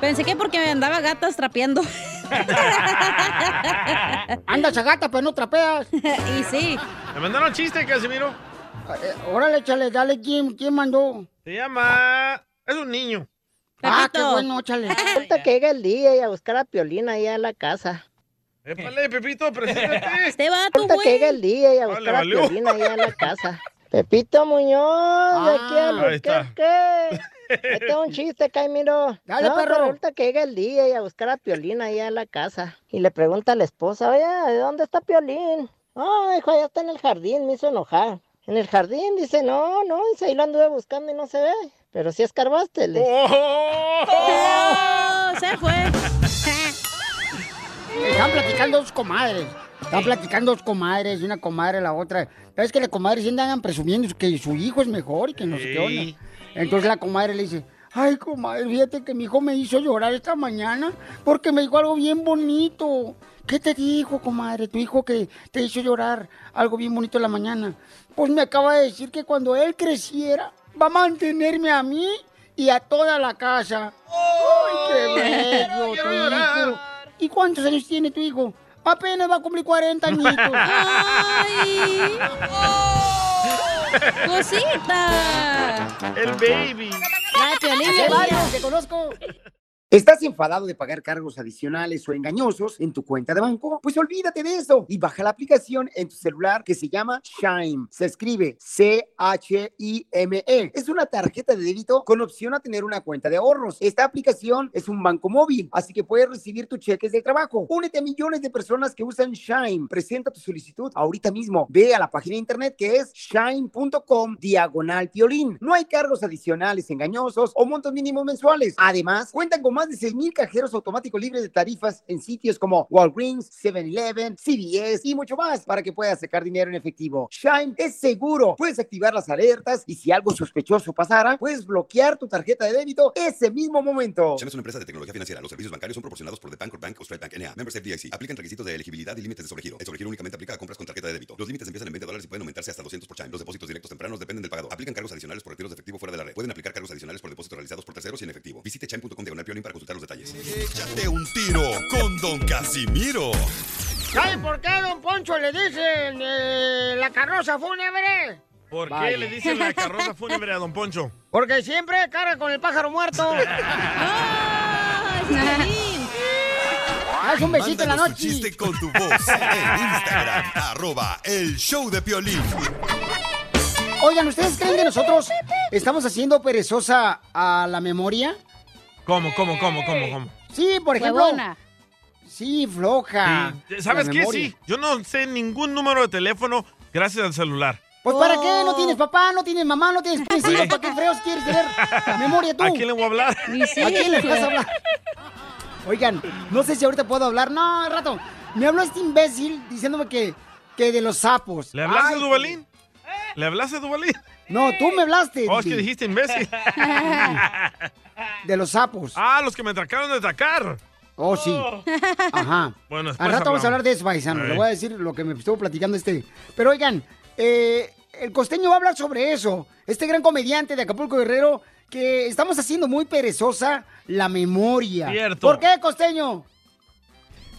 Pensé que porque me andaba gatas trapeando.
Andas a gata, pero no trapeas.
(laughs) y sí.
Me mandaron chiste, Casimiro.
Eh, Órale, échale, dale, ¿quién, quién mandó?
Se llama. Es un niño.
Ah, qué bueno, échale.
Falta que llegue el día y a buscar a Piolina ahí a la casa.
Épale, Pepito, preséntate.
(laughs) Este vato,
Falta que llegue el día y a
Ah, le
buscar a
valió.
Piolina ahí a la casa. Pepito Muñoz, aquí
Ah,
al
ahí está.
qué?
(laughs)
Este es un chiste, Caimiro.
Dale,
no,
perro.
pero Resulta que llega el día y a buscar a Piolín ahí a la casa. Y le pregunta a la esposa, oye, ¿de dónde está Piolín? Ah, hijo, allá está en el jardín, me hizo enojar. En el jardín, dice, no, no, dice, ahí lo anduve buscando y no se ve. Pero sí escarbaste. le-
¡Oh!
¡Oh! Se fue.
Están platicando dos comadres. Están platicando dos comadres, y una comadre a la otra. Es que la comadre siempre andan presumiendo que su hijo es mejor y que no sé qué
Ey.
onda. Entonces la comadre le dice, ay comadre, fíjate que mi hijo me hizo llorar esta mañana porque me dijo algo bien bonito. ¿Qué te dijo, comadre? Tu hijo que te hizo llorar algo bien bonito en la mañana. Pues me acaba de decir que cuando él creciera va a mantenerme a mí y a toda la casa. ¡Ay, qué bello,
Quiero
tu
llorar.
hijo! ¿Y cuántos años tiene tu hijo? Apenas va a cumplir
(laughs)
40 añitos.
¡Ay! (laughs) ¡Cosita!
El baby.
Hace varios que conozco.
¿Estás enfadado de pagar cargos adicionales o engañosos en tu cuenta de banco? Pues olvídate de eso y baja la aplicación en tu celular que se llama Shime. Se escribe C-H-I-M-E. E. Es una tarjeta de débito con opción a tener una cuenta de ahorros. Esta aplicación es un banco móvil, así que puedes recibir tus cheques de trabajo. Únete a millones de personas que usan Shime. Presenta tu solicitud ahorita mismo. Ve a la página de internet que es shine.com diagonal violín. No hay cargos adicionales engañosos o montos mínimos mensuales. Además, cuentan con más de 6.000 cajeros automáticos libres de tarifas en sitios como Walgreens, 7-Eleven, CVS y mucho más para que puedas sacar dinero en efectivo. Shine es seguro. Puedes activar las alertas y si algo sospechoso pasara, puedes bloquear tu tarjeta de débito ese mismo momento.
Shell es una empresa de tecnología financiera. Los servicios bancarios son proporcionados por The Bank, Bank o Stride Bank N.A. Members FDIC. Aplican requisitos de elegibilidad y límites de sobregiro. El sobregiro únicamente aplica a compras con tarjeta de débito. Los límites empiezan en 20 dólares y pueden aumentarse hasta 200 por chime. Los depósitos directos tempranos dependen del pagado. Aplican cargos adicionales por retiros de efectivo fuera de la red. Pueden aplicar cargos adicionales por depósitos realizados por terceros y en efectivo. Visite chime.com diagonal piolín para consultar los detalles.
Échate un tiro con Don Casimiro.
¿Saben por qué, don Poncho, le dicen eh, la carroza fúnebre?
¿Por
Vaya.
qué le dicen la
(laughs)
carroza fúnebre a Don Poncho?
Porque siempre carga con el pájaro muerto. Haz un besito en la
Mándanos tu
noche.
chiste con tu voz en Instagram, (laughs) arroba el show de Piolín.
Oigan, ¿ustedes creen que nosotros estamos haciendo perezosa a la memoria?
¿Cómo, cómo, cómo, cómo, cómo?
Sí, por ejemplo.
Huevona.
Sí, floja.
Eh, ¿Sabes
Ah. La
qué?
memoria.
Sí, yo no sé ningún número de teléfono gracias al celular. Oh.
Pues para qué no tienes papá, no tienes mamá, no tienes tres hijos,
Sí.
¿para qué freos quieres tener memoria tú?
¿A quién le voy a hablar?
¿A quién le vas a hablar? Oigan, no sé si ahorita puedo hablar. No, al rato. Me habló este imbécil diciéndome que, que de los sapos.
¿Le hablaste a
Ay,
Dubalín? ¿Le hablaste a Dubalín? (laughs)
No, tú me hablaste.
Oh, es que
DJ.
dijiste imbécil.
(laughs) De los sapos.
Ah, los que me atracaron de atacar.
Oh, sí. Ajá.
(laughs) Bueno, después
Al rato vamos
hablamos.
a hablar de eso, paisano.
Ey.
Le voy a decir lo que me estuvo platicando este. Pero oigan, eh, el costeño va a hablar sobre eso. Este gran comediante de Acapulco Guerrero que estamos haciendo muy perezosa la memoria.
Cierto.
¿Por qué, costeño?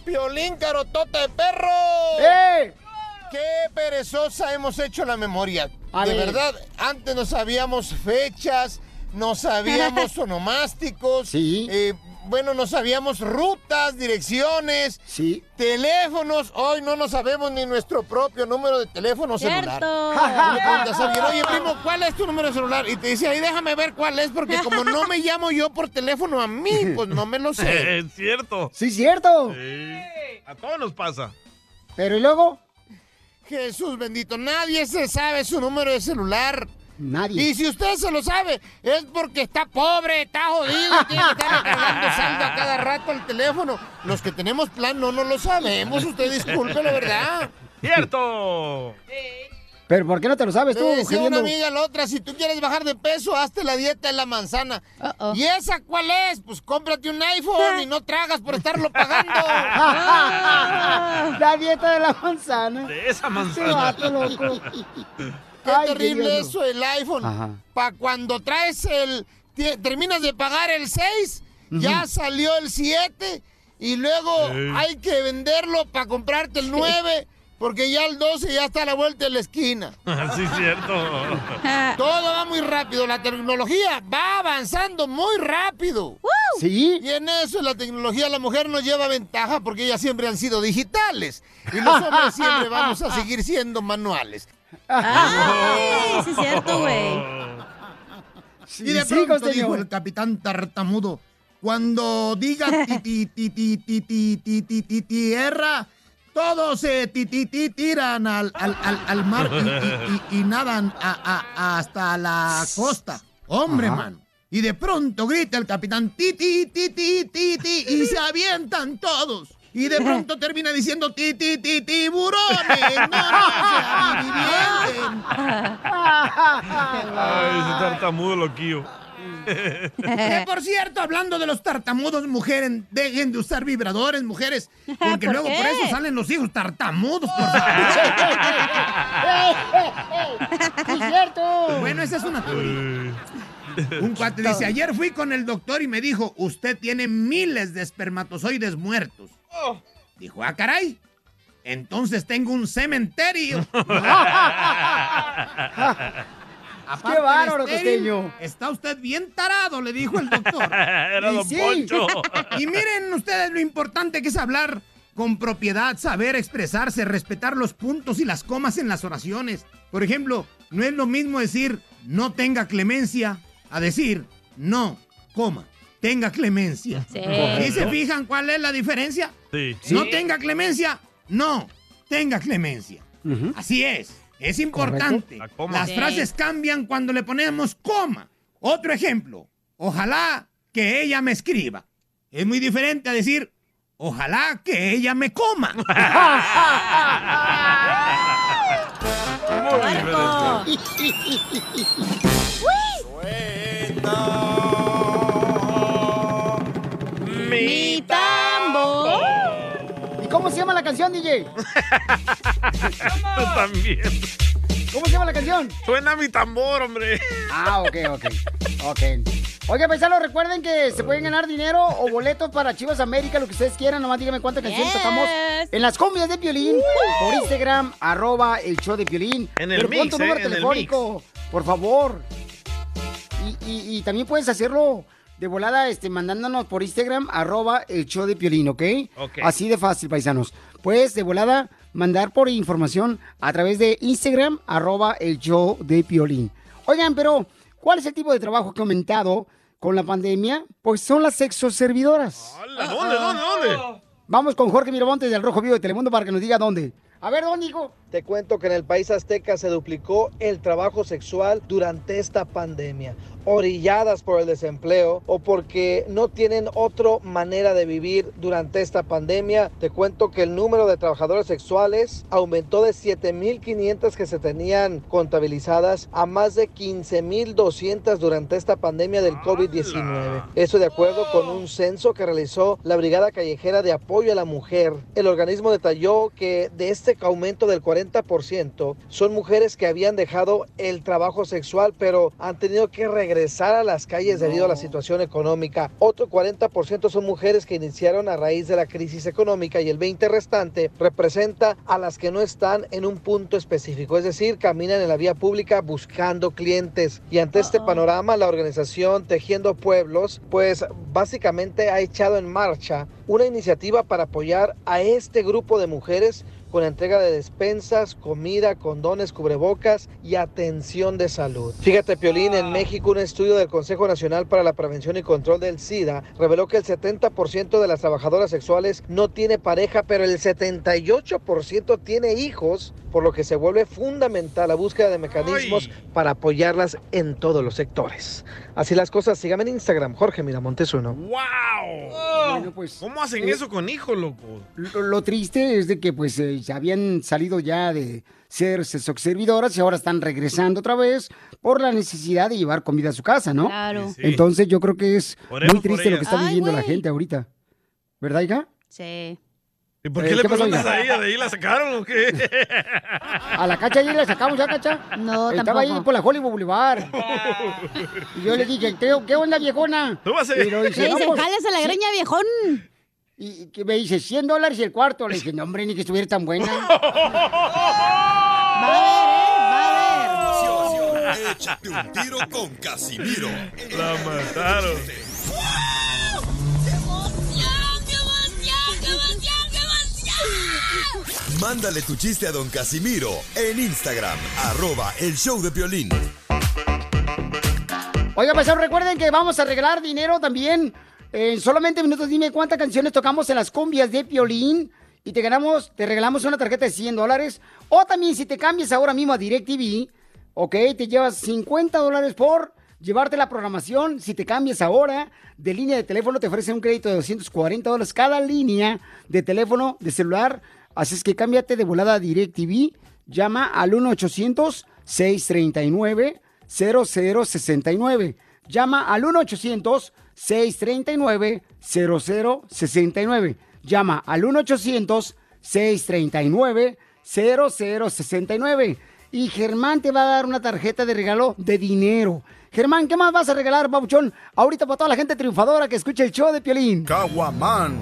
Piolín carotota de perro. ¡Qué perezosa hemos hecho la memoria!
A
de
ver.
verdad, antes
(laughs)
no sabíamos fechas, no sabíamos onomásticos.
Sí.
eh, bueno, no sabíamos rutas, direcciones, teléfonos. Hoy no nos sabemos ni nuestro propio número de teléfono celular.
¡Cierto!
Le preguntas a alguien, oye, primo, ¿cuál es tu número de celular? Y te dice, ay, déjame ver cuál es,
(laughs)
porque como no me llamo yo por teléfono a mí, pues no me lo sé.
(laughs) Es cierto.
(laughs) Sí, cierto.
Sí. A todos nos pasa.
Pero ¿y luego?
Jesús bendito, nadie se sabe su número de celular.
Nadie.
Y si usted se lo sabe, es porque está pobre, está jodido, tiene que estar
(laughs)
recargando saldo a cada rato al teléfono. Los que tenemos plan no, no lo sabemos, usted disculpe, la verdad.
¡Cierto!
(laughs) ¿Pero por qué no te lo sabes tú,
Le decía una
Eugenio?
amiga a la otra, si tú quieres bajar de peso, hazte la dieta de la manzana. ¿Y esa cuál es? Pues cómprate un iPhone y no tragas por estarlo pagando.
(laughs) La dieta de la manzana.
De esa
manzana.
Este vato, loco.
Qué
Ay, qué
terrible
miedo.
eso, el iPhone.
Ajá.
Para cuando traes el. ti- Terminas de pagar el 6, ya salió el 7, y luego
Ey.
hay que venderlo para comprarte el 9, porque ya el 12 ya está a la vuelta de la esquina.
(laughs) Sí, es cierto.
Ah.
Todo va muy rápido, la tecnología va avanzando muy rápido.
Sí.
Y en eso la tecnología, la mujer nos lleva ventaja porque ellas siempre han sido digitales. Y los hombres siempre vamos a seguir siendo manuales.
Ay, sí es cierto,
güey.
y de
sí,
pronto
costeño.
dijo el capitán tartamudo, cuando
(laughs)
diga ti, ti, ti, ti, ti, ti, ti, ti, ti, tierra, todos se ti, ti, ti, tiran al, al, al, al mar y, y- y- y nadan a- a- hasta la costa. Hombre,
Ajá.
mano. Y de pronto grita el capitán, ti, ti, ti, ti, ti, ti, y se avientan todos. Y de pronto termina diciendo, ti, ti, ti, tiburones, no, no,
Ah,
se vivienten.
Ah.
(laughs)
Ay, ese tartamudo
(laughs)
loquillo.
(laughs)
Que, por cierto, hablando de los tartamudos, mujeres, dejen de usar vibradores,
(laughs)
mujeres, porque
¿Por
luego
qué?
por eso salen los hijos tartamudos.
(laughs)
Por
cierto!
Bueno, esa es una teoría. Un cuate dice, ayer fui con el doctor y me dijo, usted tiene miles de espermatozoides muertos.
Oh.
Dijo, ah, caray, entonces tengo un
(laughs)
cementerio. (laughs) Aparte de
bárbaro,
estéril,
costeño!
Está usted bien tarado, le dijo el doctor.
(laughs) Era
Y
don Poncho.
Y miren ustedes lo importante que es hablar con propiedad, saber expresarse, respetar los puntos y las comas en las oraciones. Por ejemplo, no es lo mismo decir no tenga clemencia a decir no, coma, tenga clemencia.
Sí.
¿Y se fijan cuál es la diferencia?
Sí.
No tenga clemencia, no, tenga clemencia. Así es, es importante.
La coma.
Las
Sí.
frases cambian cuando le ponemos coma. Otro ejemplo, ojalá que ella me escriba. Es muy diferente a decir, ojalá que ella me coma.
¡Mi tambo! ¿Y cómo se llama la canción, DJ?
Tú también.
¿Cómo se llama la canción?
Suena mi tambor, hombre.
Ah, ok, ok. Ok. Oiga, paisanos, recuerden que se pueden ganar dinero o boletos para Chivas América, lo que ustedes quieran. Nomás díganme cuántas canciones tocamos en las cumbias de Piolín por Instagram, arroba el show de Piolín.
En el
Pero pon tu
mix, ¿eh?
número
En el
telefónico, por favor. Y, y- y también puedes hacerlo de volada este, mandándonos por Instagram, arroba el show de Piolín, ¿ok?
Ok.
Así de fácil, paisanos. Puedes de volada mandar por información a través de Instagram, arroba el show de Piolín. Oigan, pero, ¿cuál es el tipo de trabajo que ha aumentado con la pandemia? Pues son las sexoservidoras.
¿Dónde, dónde, dónde?
Vamos con Jorge Miramontes del Rojo Vivo de Telemundo para que nos diga dónde. A ver, don Nico.
Te cuento que en el país azteca se duplicó el trabajo sexual durante esta pandemia, orilladas por el desempleo o porque no tienen otra manera de vivir durante esta pandemia. Te cuento que el número de trabajadores sexuales aumentó de 7.500 que se tenían contabilizadas a más de 15.200 durante esta pandemia del COVID-19. Eso de acuerdo con un censo que realizó la Brigada Callejera de Apoyo a la Mujer. El organismo detalló que de este aumento del 40 40% son mujeres que habían dejado el trabajo sexual, pero han tenido que regresar a las calles debido a la situación económica. Otro 40% son mujeres que iniciaron a raíz de la crisis económica y el 20% restante representa a las que no están en un punto específico, es decir, caminan en la vía pública buscando clientes. Y ante este panorama, la organización Tejiendo Pueblos, pues básicamente ha echado en marcha una iniciativa para apoyar a este grupo de mujeres con entrega de despensas, comida, condones, cubrebocas y atención de salud. Fíjate, Piolín, en México un estudio del Consejo Nacional para la Prevención y Control del SIDA reveló que el 70% de las trabajadoras sexuales no tiene pareja, pero el 78% tiene hijos, por lo que se vuelve fundamental la búsqueda de mecanismos para apoyarlas en todos los sectores. Así las cosas, síganme en Instagram, Jorge Miramontes uno.
¡Wow! ¿Cómo hacen
eh,
eso con hijos, loco?
Lo, lo triste es de que pues eh, ya habían salido ya de ser sexoservidoras y ahora están regresando otra vez por la necesidad de llevar comida a su casa, ¿no?
Claro. Sí, sí.
Entonces yo creo que es
Oremos
muy triste
por
lo que está
ellas. Ay,
viviendo la
güey.
gente ahorita. ¿Verdad, hija?
Sí.
¿Y por
Eh,
qué le
¿qué pasó,
preguntas
hija?
a ella? ¿De ahí la sacaron o qué?
(laughs) A la cacha ahí la sacamos ya, cacha. No, Estaba
tampoco.
ahí por la Hollywood Boulevard. Y yo le dije, ¿qué, qué onda, viejona?
Tú vas a-
Y lo
Le dice,
"Jálese la greña,
viejón. Y que me dice, 100 dólares y el cuarto. Le dije, no, hombre, ni que estuviera tan buena.
(laughs)
¿eh?
Échate un tiro con Casimiro.
La mataron.
Mándale tu chiste a don Casimiro en Instagram, arroba el show de violín.
Oiga, pasaron, recuerden que vamos a regalar dinero también. Eh, En solamente minutos, dime cuántas canciones tocamos en las cumbias de Piolín. Y te ganamos, te regalamos una tarjeta de 100 dólares. O también si te cambias ahora mismo a DirecTV, ok, te llevas 50 dólares por llevarte la programación. Si te cambias ahora de línea de teléfono, te ofrecen un crédito de 240 dólares cada línea de teléfono, de celular. Así es que cámbiate de volada a DirecTV. Llama al 1-800-639. 0069. Llama al 1-800-639-0069. Llama al 1-800-639-0069. Y Germán te va a dar una tarjeta de regalo de dinero. Germán, ¿qué más vas a regalar, Babuchón? Ahorita para toda la gente triunfadora que escuche el show de Piolín.
Caguamán.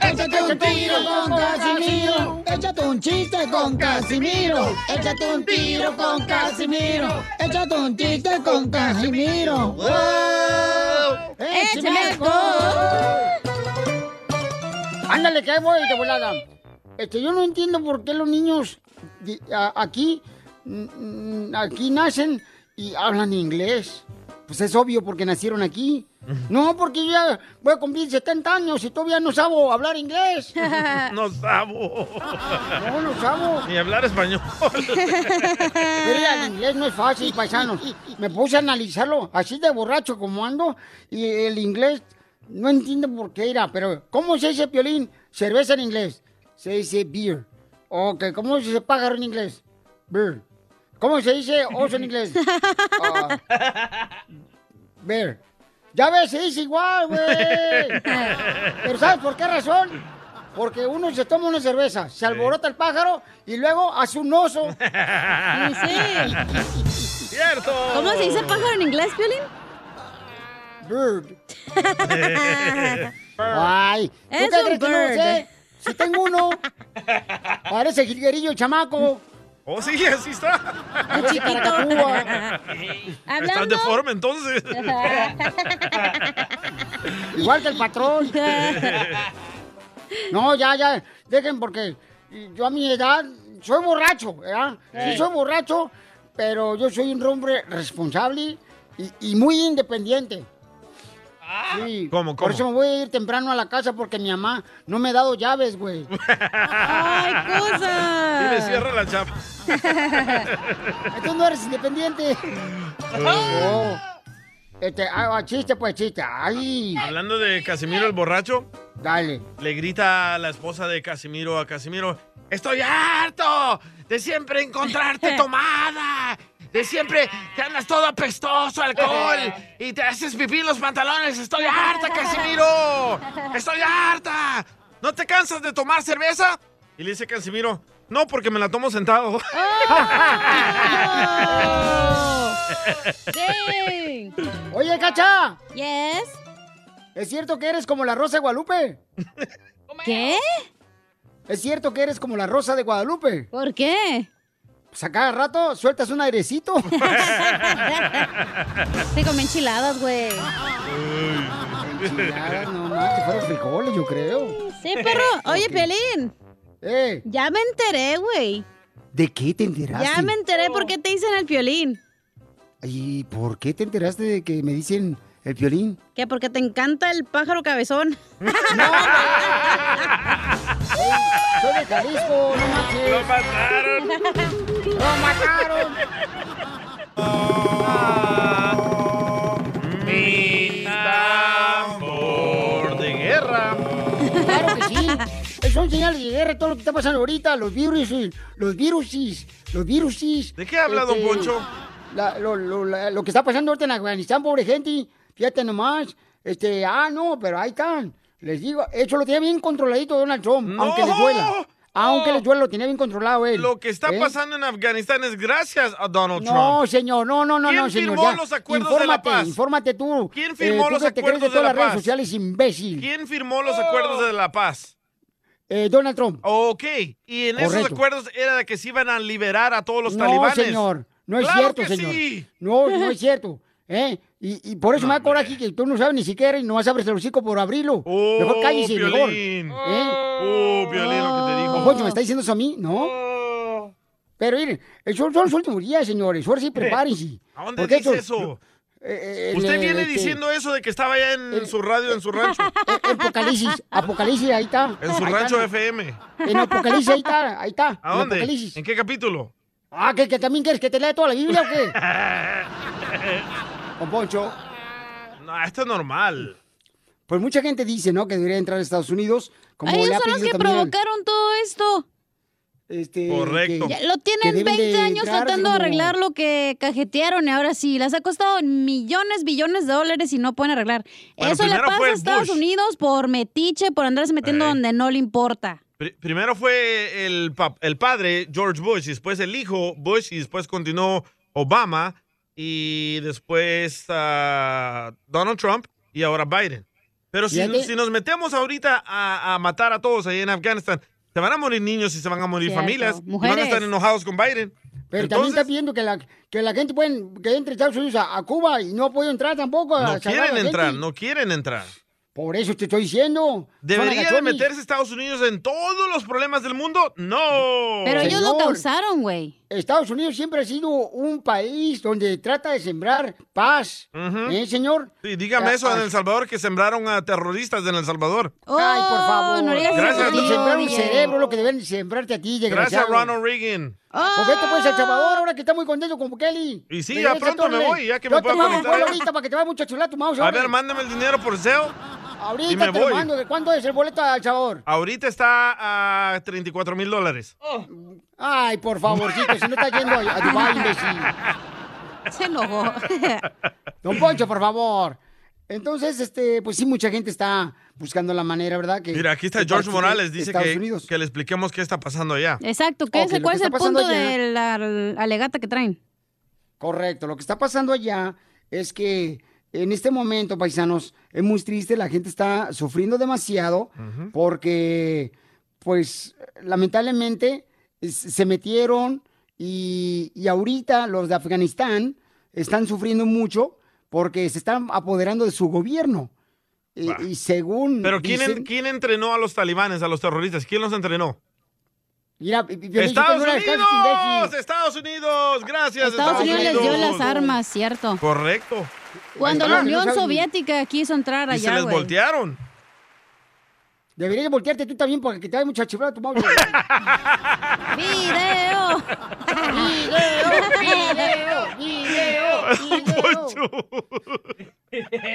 Échate un tiro con Casimiro. Échate un chiste con Casimiro. Échate un tiro con Casimiro. Échate un chiste con Casimiro. ¡Wow! ¡Échame
Ándale, que ahí voy de volada. Este, yo no entiendo por qué los niños de- a- aquí, mm, mm, aquí nacen y hablan inglés. Pues es obvio porque nacieron aquí. No, porque yo ya voy a cumplir 70 años y todavía no sabo hablar inglés.
No sabo.
No, no sabo.
Ni hablar español. (laughs)
Pero el inglés no es fácil, paisanos. Me puse a analizarlo así de borracho como ando y el inglés no entiendo por qué era, pero ¿cómo se dice piolín? Cerveza en inglés. Se dice beer. Ok, ¿cómo se dice pájaro en inglés? Beer. ¿Cómo se dice oso en inglés? Ah, bear. Ya ves, se dice igual, güey. Pero ¿sabes por qué razón? Porque uno se toma una cerveza, se alborota el pájaro y luego hace un oso.
¡Cierto!
¿Cómo se dice pájaro en inglés, Piolín?
Bird. Ay, ¿tú
Es
qué
un
crees que no lo
bird.
sé? Si tengo uno. Parece jilguerillo, el chamaco.
Oh, sí, así está.
Parece caracatúa.
Está
Hablando-
deforme entonces.
Igual que el (laughs) patrón. No, ya, ya. Dejen porque yo a mi edad soy borracho, ¿verdad? Sí,
Sí.
soy borracho, pero yo soy un hombre responsable y, y muy independiente. Sí.
¿Cómo,
Por
cómo?
eso me voy a ir temprano a la casa porque mi mamá no me ha dado llaves, güey.
¡Ay,
cosa!
Y le cierra
(laughs)
la chapa.
Tú no eres
(laughs)
independiente. Oh. Este, ah, ah, chiste, pues chiste. Ay.
Hablando de Casimiro el borracho.
Dale.
Le grita a la esposa de Casimiro a Casimiro. Estoy harto de siempre encontrarte tomada. De siempre te andas todo apestoso, alcohol. Y te haces pipí los pantalones. Estoy harta, Casimiro. Estoy harta. ¿No te cansas de tomar cerveza? Y le dice Casimiro, no, porque me la tomo sentado. (laughs)
¡Ding!
Oye, Cacha.
Yes.
¿Es cierto que eres como la Rosa de Guadalupe?
¿Qué?
¿Es cierto que eres como la Rosa de Guadalupe?
¿Por qué?
Pues a cada rato sueltas un
(laughs)
airecito. (laughs)
Te comí enchiladas, güey.
Enchiladas, no más, que fueron frijoles, yo creo.
Sí, perro. Oye,
Ok.
Pelín.
Eh.
Ya me enteré, güey.
¿De qué te enteraste?
Ya me enteré por qué te dicen el piolín.
¿Y por qué te enteraste de que me dicen el violín?
¿Qué? Porque te encanta el pájaro cabezón.
Soy de Jalisco, no manches.
Lo mataron.
Lo mataron.
Mi tambor de guerra.
Claro que sí. Eh, Son señales de guerra todo lo que está pasando ahorita. Los virus, los virusis, los virusis. Este,
¿De qué habla, don Poncho?
la- lo, lo- la- lo que está pasando ahorita en Afganistán, pobre gente. Fíjate nomás. Este, ah, no, pero ahí están. Les digo, eso lo tenía bien controladito Donald Trump, aunque les duela. Aunque les duela, lo tenía bien controlado él.
Lo que está
¿Eh?
pasando en Afganistán es gracias a Donald
No,
Trump.
señor, no, no, no,
¿Quién
no, señor.
firmó
ya.
los acuerdos de la
infórmate,
paz?
Infórmate tú. Eh,
¿Quién firmó
tú
los
que te crees
acuerdos de
todas
la
las redes
paz?
sociales, imbécil.
¿Quién firmó los acuerdos de la paz?
Eh, Donald Trump.
Ok, y en esos
Correcto.
acuerdos era de que se iban a liberar a todos los
no,
talibanes.
señor. No es
¡Claro
cierto,
que
señor.
sí!
No, no es cierto. ¿Eh? Y, y por eso me da coraje que tú no sabes ni siquiera y no vas a abrirse el hocico por abrirlo. mejor cállese, mejor.
Piolín.
¿Eh?
Oh, Piolín, lo que te Oh. digo.
Don Poncho, ¿me está diciendo eso a mí? No. Pero miren, eh, son, son los últimos días, señores. Ahora sí, prepárense.
¿A dónde
Porque
dice
esto-
eso?
eh, eh,
Usted
en,
viene
este,
diciendo eso de que estaba allá en, en su radio, en
(laughs)
su rancho.
(laughs) Apocalipsis, Apocalipsis, ahí está.
En su
Ahí
rancho
está.
FM.
En Apocalipsis, ahí está, ahí está.
¿A
en
dónde?
Apocalipsis.
¿En qué capítulo? (laughs)
Ah, ¿que, que también quieres que te lea toda la Biblia o qué? Don Poncho,
No, esto es normal.
pues mucha gente dice, ¿no? Que debería entrar a Estados Unidos. Como le
Ellos
ha
son los
pedido
que
también al-
provocaron todo esto.
Este, que-
Ya lo
que
tienen
deben
20
de
años
entrar
tratando de
como-
arreglar lo que cajetearon y ahora sí, les ha costado millones, billones de dólares y no pueden arreglar.
Bueno,
Eso le
primero
pasa
fue
a Estados
Bush.
Unidos por metiche, por andarse metiendo
Ey.
donde no le importa.
Pri- primero fue el, pa- el padre, George Bush, y después el hijo, Bush, y después continuó Obama, y después ah, Donald Trump, y ahora Biden. Pero si,
Fíjate.
si nos metemos ahorita a, a matar a todos ahí en Afganistán, se van a morir niños y se van a morir
Cierto.
familias. y van a
Mujeres.
estar enojados con Biden.
Pero también está pidiendo que la, que la gente pueden, que entre a Estados Unidos a, a Cuba y no ha podido entrar tampoco. A
no
salvar a la
quieren
gente.
entrar, no quieren entrar.
Por eso te estoy diciendo. son
¿Debería de
agachones.
meterse Estados Unidos en todos los problemas del mundo? No.
Señor,
causaron, güey.
Estados Unidos siempre ha sido un país donde trata de sembrar paz. ¿Eh, señor?
Sí, dígame
Ah,
eso en
ah.
El Salvador, que sembraron a terroristas en El Salvador.
Ay, por favor.
Oh, no digas
Gracias,
Gracias,
eso, tío.
Sembrar un
Oye.
cerebro lo que deben sembrarte a ti, desgraciado.
Gracias, Ronald Reagan.
Pues vete pues a El Salvador ahora que está muy contento con Bukele.
Y sí,
Regresa,
ya pronto me
Torres.
voy, ya que
Yo
me pueda
te mando un
conectar. eh.
vuelo ahorita para que te vaya mucho a chular tu mouse.
A
ahora.
ver, mándame el dinero por SEO. y
Ahorita
me
te lo
voy.
mando. ¿De cuánto es el boleto a El Salvador?
Ahorita está a 34 mil dólares.
Ay, por
(laughs)
favorcito, si no está yendo a, a Dubái, imbécil. este,
Se enojó.
(laughs) Don Poncho, por favor. Entonces, este, pues sí, mucha gente está buscando la manera, ¿verdad? Que,
Mira, aquí está
que
George
participe
Morales. Dice
Estados
que,
Unidos. Eh,
que le expliquemos qué está pasando allá.
Exacto, ¿qué
Ok,
es-
lo
¿cuál
que
es
está
el punto
pasando allá.
de la la alegata que traen?
Correcto, lo que está pasando allá es que en este momento, paisanos, es muy triste, la gente está sufriendo demasiado
Ujú.
porque, pues, lamentablemente es- se metieron y, y ahorita los de Afganistán están sufriendo mucho porque se están apoderando de su gobierno. Y, y según...
Pero ¿quién, en-
dicen-
¿quién entrenó a los talibanes, a los terroristas? ¿Quién los entrenó?
Mira, y- y-
¡Estados
Piolín, no descanses,
Unidos!
imbécil.
¡Estados Unidos! Gracias,
Estados Unidos les dio las armas, ¿cierto?
Correcto.
Cuando
Ahí
la
está.
Unión Soviética quiso entrar
Y se
allá,
les
güey.
voltearon.
Deberías de voltearte tú también porque te da mucha chiflada tu madre.
(laughs) ¡Video!
¡Video! ¡Video!
(laughs)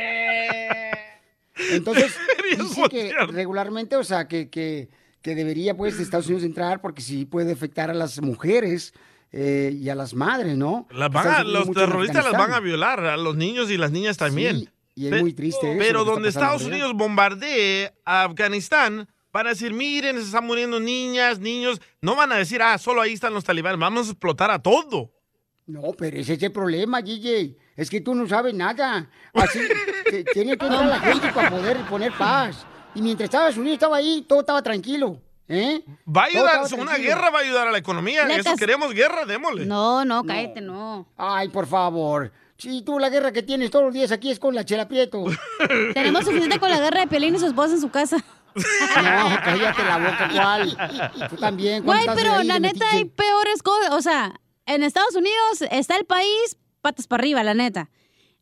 Entonces, dice que regularmente, o sea, que, que, que debería, pues, Estados Unidos entrar porque sí puede afectar a las mujeres eh, y a las madres, ¿no?
Las
Que
van
están
a-
sufriendo
los
mucho en
terroristas las
Afganistán.
van a violar, a los niños y las niñas también.
y es
Pe-
muy triste eso,
Pero
lo que está pasando
donde Estados
por allá.
Unidos bombardee a Afganistán, Van a decir, miren, se están muriendo niñas, niños. No van a decir, ah, solo ahí están los talibanes. Vamos a explotar a todo.
No, pero ese es el problema, DJ. Es que tú no sabes nada.
(laughs)
Así que tiene que entrar la gente para poder poner paz. Y mientras Estados Unidos estaba ahí, todo estaba tranquilo. ¿eh?
Va a
Todo
ayudar,
estaba
una
tranquilo.
guerra va a ayudar a la economía.
Neta,
Eso
sí.
queremos guerra, démosle.
No, no, cállate, no.
Ay, por favor. Si tú la guerra que tienes todos los días aquí es con la Chela Prieto.
Tenemos suficiente con la guerra de Piolín y su esposa en su casa.
No, cállate la boca, ¿cuál? Tú también.
Güey,
¿cuántas
pero
veces
la
le
neta hay peores cosas. O sea, en Estados Unidos está el país patas para arriba, la neta.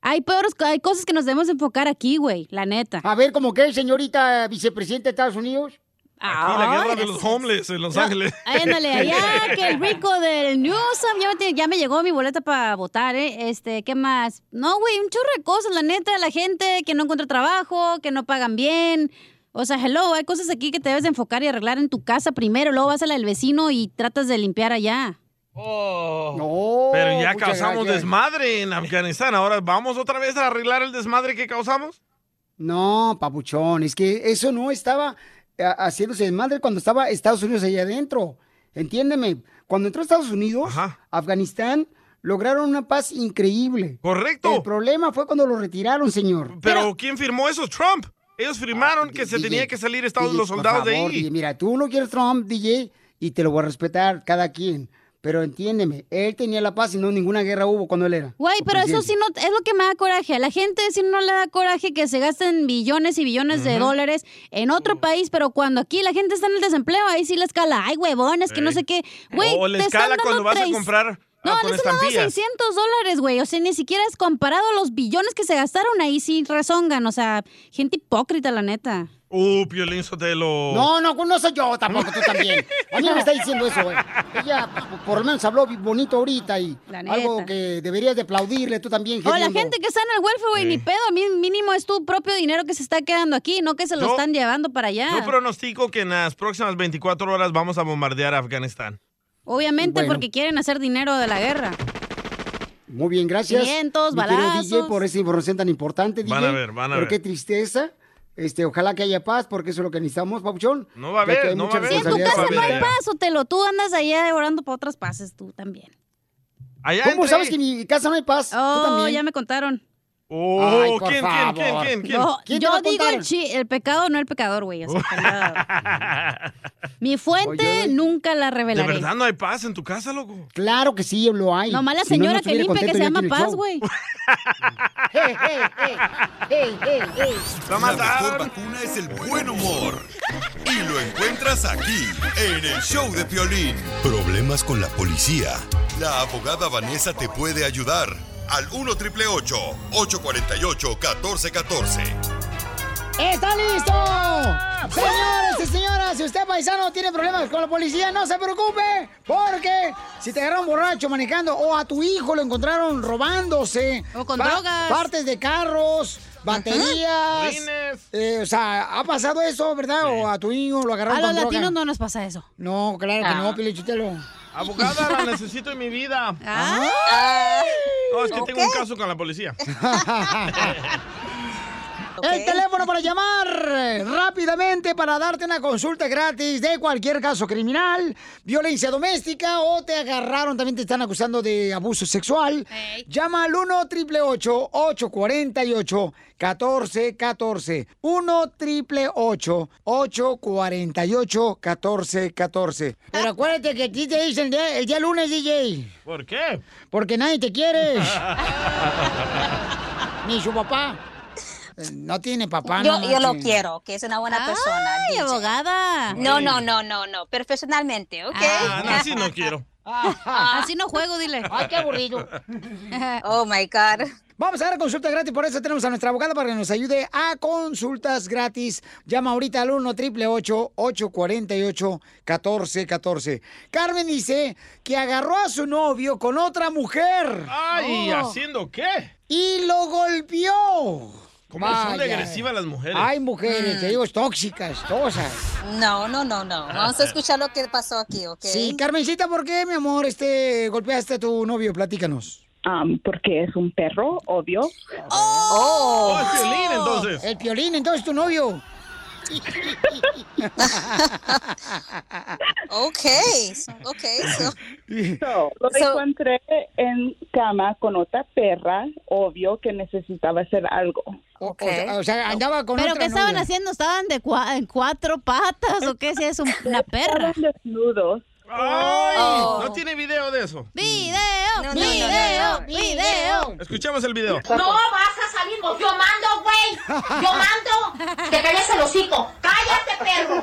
Hay peores, co- hay cosas que nos debemos enfocar aquí, güey, la neta.
A ver, ¿cómo qué, señorita vicepresidenta de Estados Unidos?
Aquí la guerra de los homeless en Los Ángeles.
Ah, Ándale,
(laughs)
allá Ah, que el rico del Newsom ya me, tiene- ya me llegó mi boleta para votar, ¿eh? Este, ¿qué más? No, güey, un chorro de cosas, la neta, la gente que no encuentra trabajo, que no pagan bien. O sea, hello, hay cosas aquí que te debes de enfocar y arreglar en tu casa primero, luego vas a la del vecino y tratas de limpiar allá.
No.
Pero ya
Oh. muchas
causamos
gracias.
desmadre en Afganistán. Ahora vamos otra vez a arreglar el desmadre que causamos.
No, papuchón, es que eso no estaba eh, haciéndose desmadre cuando estaba Estados Unidos allá adentro. Entiéndeme, cuando entró Estados Unidos, Afganistán, lograron una paz increíble.
Correcto.
El problema fue cuando lo retiraron, señor.
Pero, ¿quién firmó eso? Trump. Ellos firmaron que
Ah,
se tenía que salir Estados
DJ,
los
por
soldados de
favor,
ahí.
DJ, mira, tú no quieres Trump, DJ, y te lo voy a respetar cada quien. Pero entiéndeme, él tenía la paz y no ninguna guerra hubo cuando él era.
Güey, pero eso
presidente.
sí no es lo que me da coraje. A la gente sí no le da coraje que se gasten billones y billones de
Ujú.
dólares en
Mm.
otro país, pero cuando aquí la gente está en el desempleo, ahí sí la escala. Ay, huevones, que no
Ey.
sé qué. Güey,
o le
te están
escala
dando
cuando vas a
tres-
comprar
No,
ah,
le
con
están dando
estampillas.
600 dólares, güey. O sea, ni siquiera es comparado a los billones que se gastaron ahí, sí rezongan. O sea, gente hipócrita, la neta.
Uh, Piolín Sotelo.
No, no, no soy yo tampoco, tú también. A mí no me está diciendo eso, güey. Ella por- por lo menos habló bonito ahorita y
La neta.
algo que deberías de aplaudirle tú también.
(laughs) O la
Gediondo.
gente que está en el welfare, güey, ni pedo. A mí mínimo es tu propio dinero que se está quedando aquí, no que se lo
Yo-
están llevando para allá.
Yo pronostico que en las próximas 24 horas vamos a bombardear Afganistán.
Obviamente,
Bueno.
porque quieren hacer dinero de la guerra.
Muy bien, gracias.
Vientos,
mi querido DJ,
balazos.
por esa información tan importante, DJ.
Van a ver, van a
Pero
ver.
qué tristeza. Este, ojalá que haya paz, porque eso es lo que necesitamos, Papuchón.
No va a
Ya que
haber,
hay
no va
mucha
a haber.
Sí, en tu
responsabilidad
casa no hay
ahorita.
paz, Otelo. Tú andas allá orando para otras paces, tú también.
Allá
¿Cómo
entré.
sabes que en mi casa no hay paz?
Oh,
tú también.
ya me contaron.
Oh,
Ay, por
¿quién, quién, quién,
favor.
quién, quién?
No,
¿Quién te
yo
va a
digo
contar?
el, chi- el pecado, no el pecador, güey. o sea, que
(laughs)
nada. Mi fuente nunca la
¿De
revelaré.
verdad no hay paz en tu casa, loco?
Claro que sí, lo hay.
Nomás la
Si no, no
señora que
estuviera
limpia que se
contento yo
llama
aquí en el
Paz,
show.
güey.
La mejor vacuna es el buen humor. Y lo encuentras aquí, en el show de Piolín. Problemas con la policía. La abogada Vanessa te puede ayudar. Al 1 triple 848 1414.
¡Está listo! Señores y señoras, si usted paisano tiene problemas con la policía, no se preocupe, porque si te agarraron borracho manejando o a tu hijo lo encontraron robándose
o con
drogas.
partes de carros, baterías, eh, o sea, ha pasado eso, ¿verdad? O a tu hijo lo agarraron
A
con
los
droga.
latinos no nos pasa eso.
No, claro que
Ah.
no, Pilichutelo.
Abogada, la necesito en mi vida.
Ah.
No, es que tengo un caso con
(laughs)
la policía.
El teléfono para llamar eh, rápidamente para darte una consulta gratis de cualquier caso criminal, violencia doméstica o te agarraron, también te están acusando de abuso sexual. Llama al 1 888 848 1414 1 888 848 1414 Pero acuérdate que a ti te dicen el día, el día lunes, DJ.
¿Por qué?
Porque nadie te quiere. Ni su papá. Eh, No tiene papá.
Yo,
no
yo lo
marchen.
quiero, que es una buena persona.
Ay,
DJ.
abogada.
No,
Ay.
no, no, no, no. Profesionalmente, ¿ok? Ah.
Ah, no, así no quiero.
Así no juego, dile.
(laughs) Ay, qué aburrido.
(laughs) Oh my God.
Vamos a dar consulta gratis, por eso tenemos a nuestra abogada para que nos ayude a consultas gratis. Llama ahorita al 1 888 848 1414 Carmen dice que agarró a su novio con otra mujer. Oh.
Ay, ¿haciendo qué?
Y lo golpeó.
¿Cómo son de
Vaya.
agresivas las mujeres? Ah.
Ay, mujeres, te digo, tóxicas, cosas.
No, no, no, no. Vamos a escuchar lo que pasó aquí, ¿ok?
Sí, Carmencita, ¿por qué, mi amor, este golpeaste a tu novio? Platícanos.
porque es un perro, obvio.
¡Oh!
Oh, el Piolín, entonces.
El piolín, entonces, tu novio.
Ok, so-
(laughs)
ok, so-
So, lo encontré en cama con otra perra, obvio que necesitaba hacer algo.
¿Pero qué estaban haciendo? ¿Estaban de cua- en cuatro patas o qué es eso? Una perra. Oh. Estaban
desnudos.
¡Ay!
Oh.
No tiene video de eso.
¡Video!
No, no, no,
¡Video!
no, no.
¡Video!
Escuchemos el video.
No vas a salir, pues yo mando, güey. Yo
(laughs)
mando. Te calles el hocico. Cállate, perro.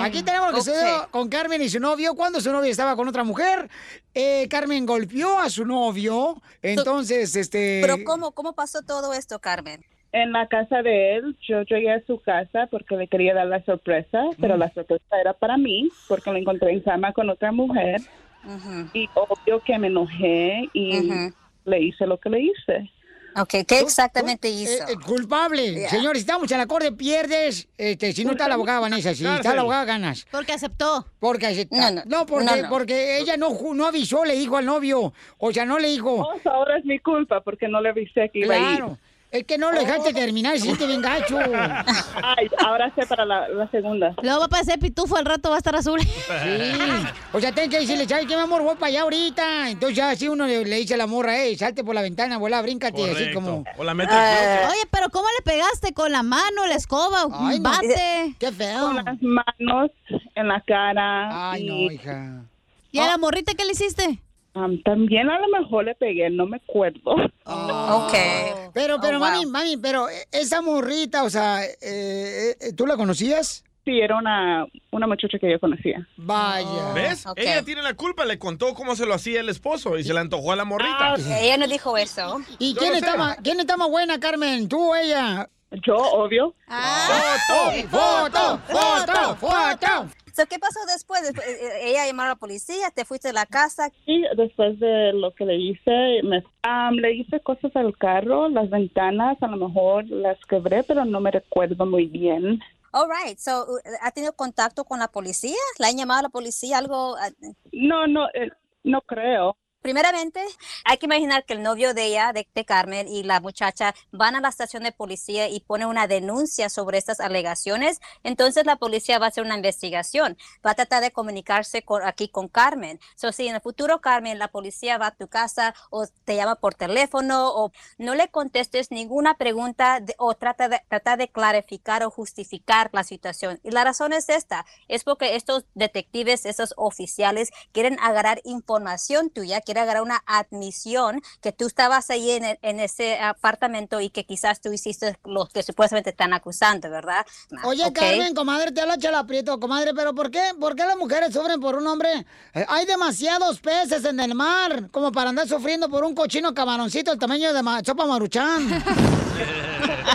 Aquí tenemos lo que sucedió con Carmen y su novio. Cuando su novio estaba con otra mujer, eh, Carmen golpeó a su novio. Entonces, este.
Pero ¿cómo, ¿cómo pasó todo esto, Carmen?
En la casa de él, yo llegué a su casa porque le quería dar la sorpresa, pero la sorpresa era para mí porque lo encontré en cama con otra mujer y obvio que me enojé y le hice lo que le hice.
Ok, ¿qué exactamente
Eh,
hizo?
eh, culpable.
Ya.
Señores, estamos en la corte, pierdes. Este, si no está la abogada Vanessa, si está
Cárcel.
la abogada ganas.
Porque aceptó.
Porque aceptó.
No,
No,
no,
porque,
no, no.
porque ella no, ju- no avisó, le dijo al novio. O sea, no le dijo.
pues ahora es mi culpa porque no le avisé que iba a ir.
Claro. Es que no lo dejaste terminar, si te vengacho.
(laughs) Ay, ahora sé para la, la segunda.
Luego va a parecer pitufo, al rato va a estar azul. (laughs)
Sí. O sea, tienen que decirle, ¿sabes qué, mi amor? Voy para allá ahorita. Entonces ya así uno le, le dice a la morra, eh, salte por la ventana, abuela, bríncate, así
Correcto.
como...
O la mete
Ah.
al closet.
Oye, pero ¿cómo le pegaste? ¿Con la mano, la escoba, un
Ay, no.
bate?
¡Qué feo!
Con las manos en la cara.
Ay,
y,
no, Oh.
hija.
¿Y a la morrita qué le hiciste?
también a lo mejor le pegué, no me acuerdo.
Oh.
Ok. Pero, pero, mami, mami, pero eh, esa morrita, o sea, eh, eh, eh, ¿tú la conocías?
Sí, era una, una muchacha que yo conocía.
Vaya.
¿Ves? Ella tiene la culpa, le contó cómo se lo hacía el esposo y se le antojó a la morrita.
Ella no dijo eso.
¿Y
Yo
quién
lo
está,
sé.
más, quién está más buena, Carmen? ¿Tú o ella?
Yo, obvio.
Ah, ¡Foto! ¡Foto! ¡Foto!
So, ¿Qué pasó después? Después, eh, Ella llamó a la policía, te fuiste de la casa.
Y después de lo que le hice, me, am, le hice cosas al carro, las ventanas, a lo mejor las quebré, pero no me recuerdo muy bien.
All right, so, uh, ¿ha tenido contacto con la policía? ¿La han llamado a la policía? ¿Algo? eh,
No, no, eh, no creo.
Primeramente, hay que imaginar que el novio de ella, de, de Carmen, y la muchacha van a la estación de policía y ponen una denuncia sobre estas alegaciones. Entonces la policía va a hacer una investigación, va a tratar de comunicarse con, aquí con Carmen. So, si en el futuro, Carmen, la policía va a tu casa o te llama por teléfono o no le contestes ninguna pregunta de- o trata de, trata de clarificar o justificar la situación. Y la razón es esta, es porque estos detectives, estos oficiales quieren agarrar información tuya, quieren agarrar una admisión que tú estabas ahí en, e- en ese apartamento y que quizás tú hiciste lo que supuestamente están acusando, ¿verdad? Ah,
Oye,
Ok.
Carmen, comadre, te habla Chela Prieto, comadre, pero ¿por qué? ¿Por qué las mujeres sufren por un hombre? Eh, Hay demasiados peces en el mar, como para andar sufriendo por un cochino camaroncito el tamaño de ma- sopa (laughs) maruchán.
(laughs)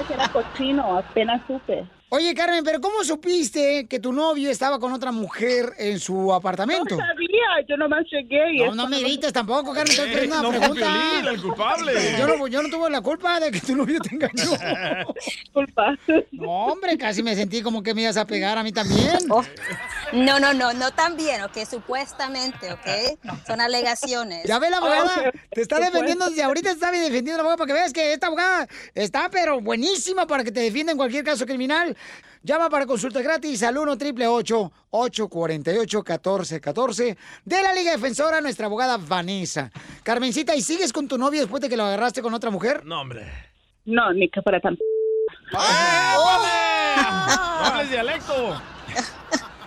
Era cochino, apenas supe.
Oye, Carmen, pero ¿cómo supiste que tu novio estaba con otra mujer en su apartamento?
No sabía, yo nomás llegué y...
No, no me grites tampoco, Carmen,
(laughs)
estoy
Eh,
haciendo
no
una
fue
pregunta.
Piolín el culpable.
Pues, Yo no, yo no tuve la culpa de que tu novio te engañó.
(laughs) Culpa.
No, hombre, casi me sentí como que me ibas a pegar a mí también.
Oh.
No, no, no, no tan bien, ¿ok? Supuestamente, ¿ok? Son alegaciones.
Ya ve la
Oh,
abogada, te está defendiendo desde ahorita, te está defendiendo la abogada para que veas que esta abogada está pero buenísima para que te defienda en cualquier caso criminal. Llama para consulta gratis al 1 888 848 1414 de la Liga Defensora, nuestra abogada Vanessa. Carmencita, ¿y sigues con tu novio después de que lo agarraste con otra mujer?
No, hombre.
No, ni que fuera tan...
Ah,
No hables dialecto.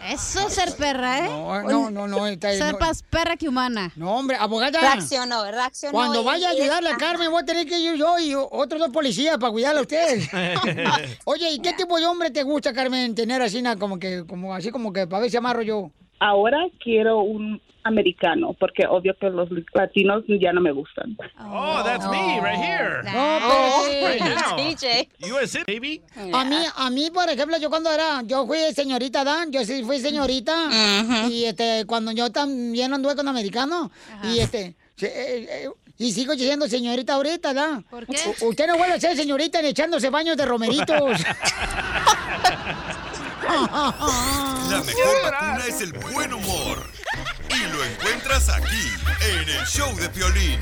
Eso es ser perra, ¿eh?
No, no, no, no, está-
Ser
no.
más perra que humana.
No, hombre, abogada.
Reaccionó, reaccionó.
Cuando
y-
vaya a
y-
ayudarle a
Ajá.
Carmen, voy a tener que ir yo y o- otros dos policías para cuidarla a
(laughs)
ustedes. Oye, ¿y qué tipo de hombre te gusta, Carmen, tener así na, como que, como así como que para ver si amarro yo?
Ahora quiero un americano, porque obvio que los latinos ya no me gustan.
Oh, that's me right here.
No, pero-
Right
(laughs)
now.
DJ.
USA, baby.
A mí, a mí, por ejemplo, yo cuando era, yo fui señorita Dan, yo sí fui señorita, y este, cuando yo también anduve con americano, y este, se- eh, eh, y sigo siendo señorita ahorita, Dan.
¿Por qué?
U- usted no vuelve a ser señorita ni echándose baños de romeritos.
(laughs)
(laughs)
La mejor vacuna es el buen humor. Y lo encuentras aquí, en el show de Piolín.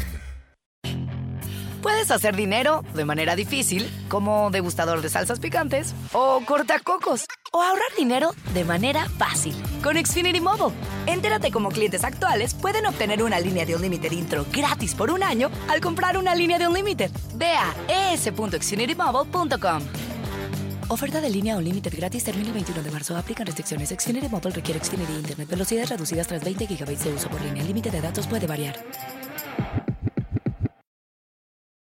Puedes hacer dinero de manera difícil, como degustador de salsas picantes o cortacocos, o ahorrar dinero de manera fácil con Xfinity Mobile. Entérate cómo clientes actuales pueden obtener una línea de un límite intro gratis por un año al comprar una línea de un límite. Ve a es.xfinitymobile.com. Oferta de línea o límite gratis termina el 21 de marzo. Aplican restricciones. Xfinity Mobile requiere Xfinity Internet. Velocidades reducidas tras 20 GB de uso por línea. El límite de datos puede variar.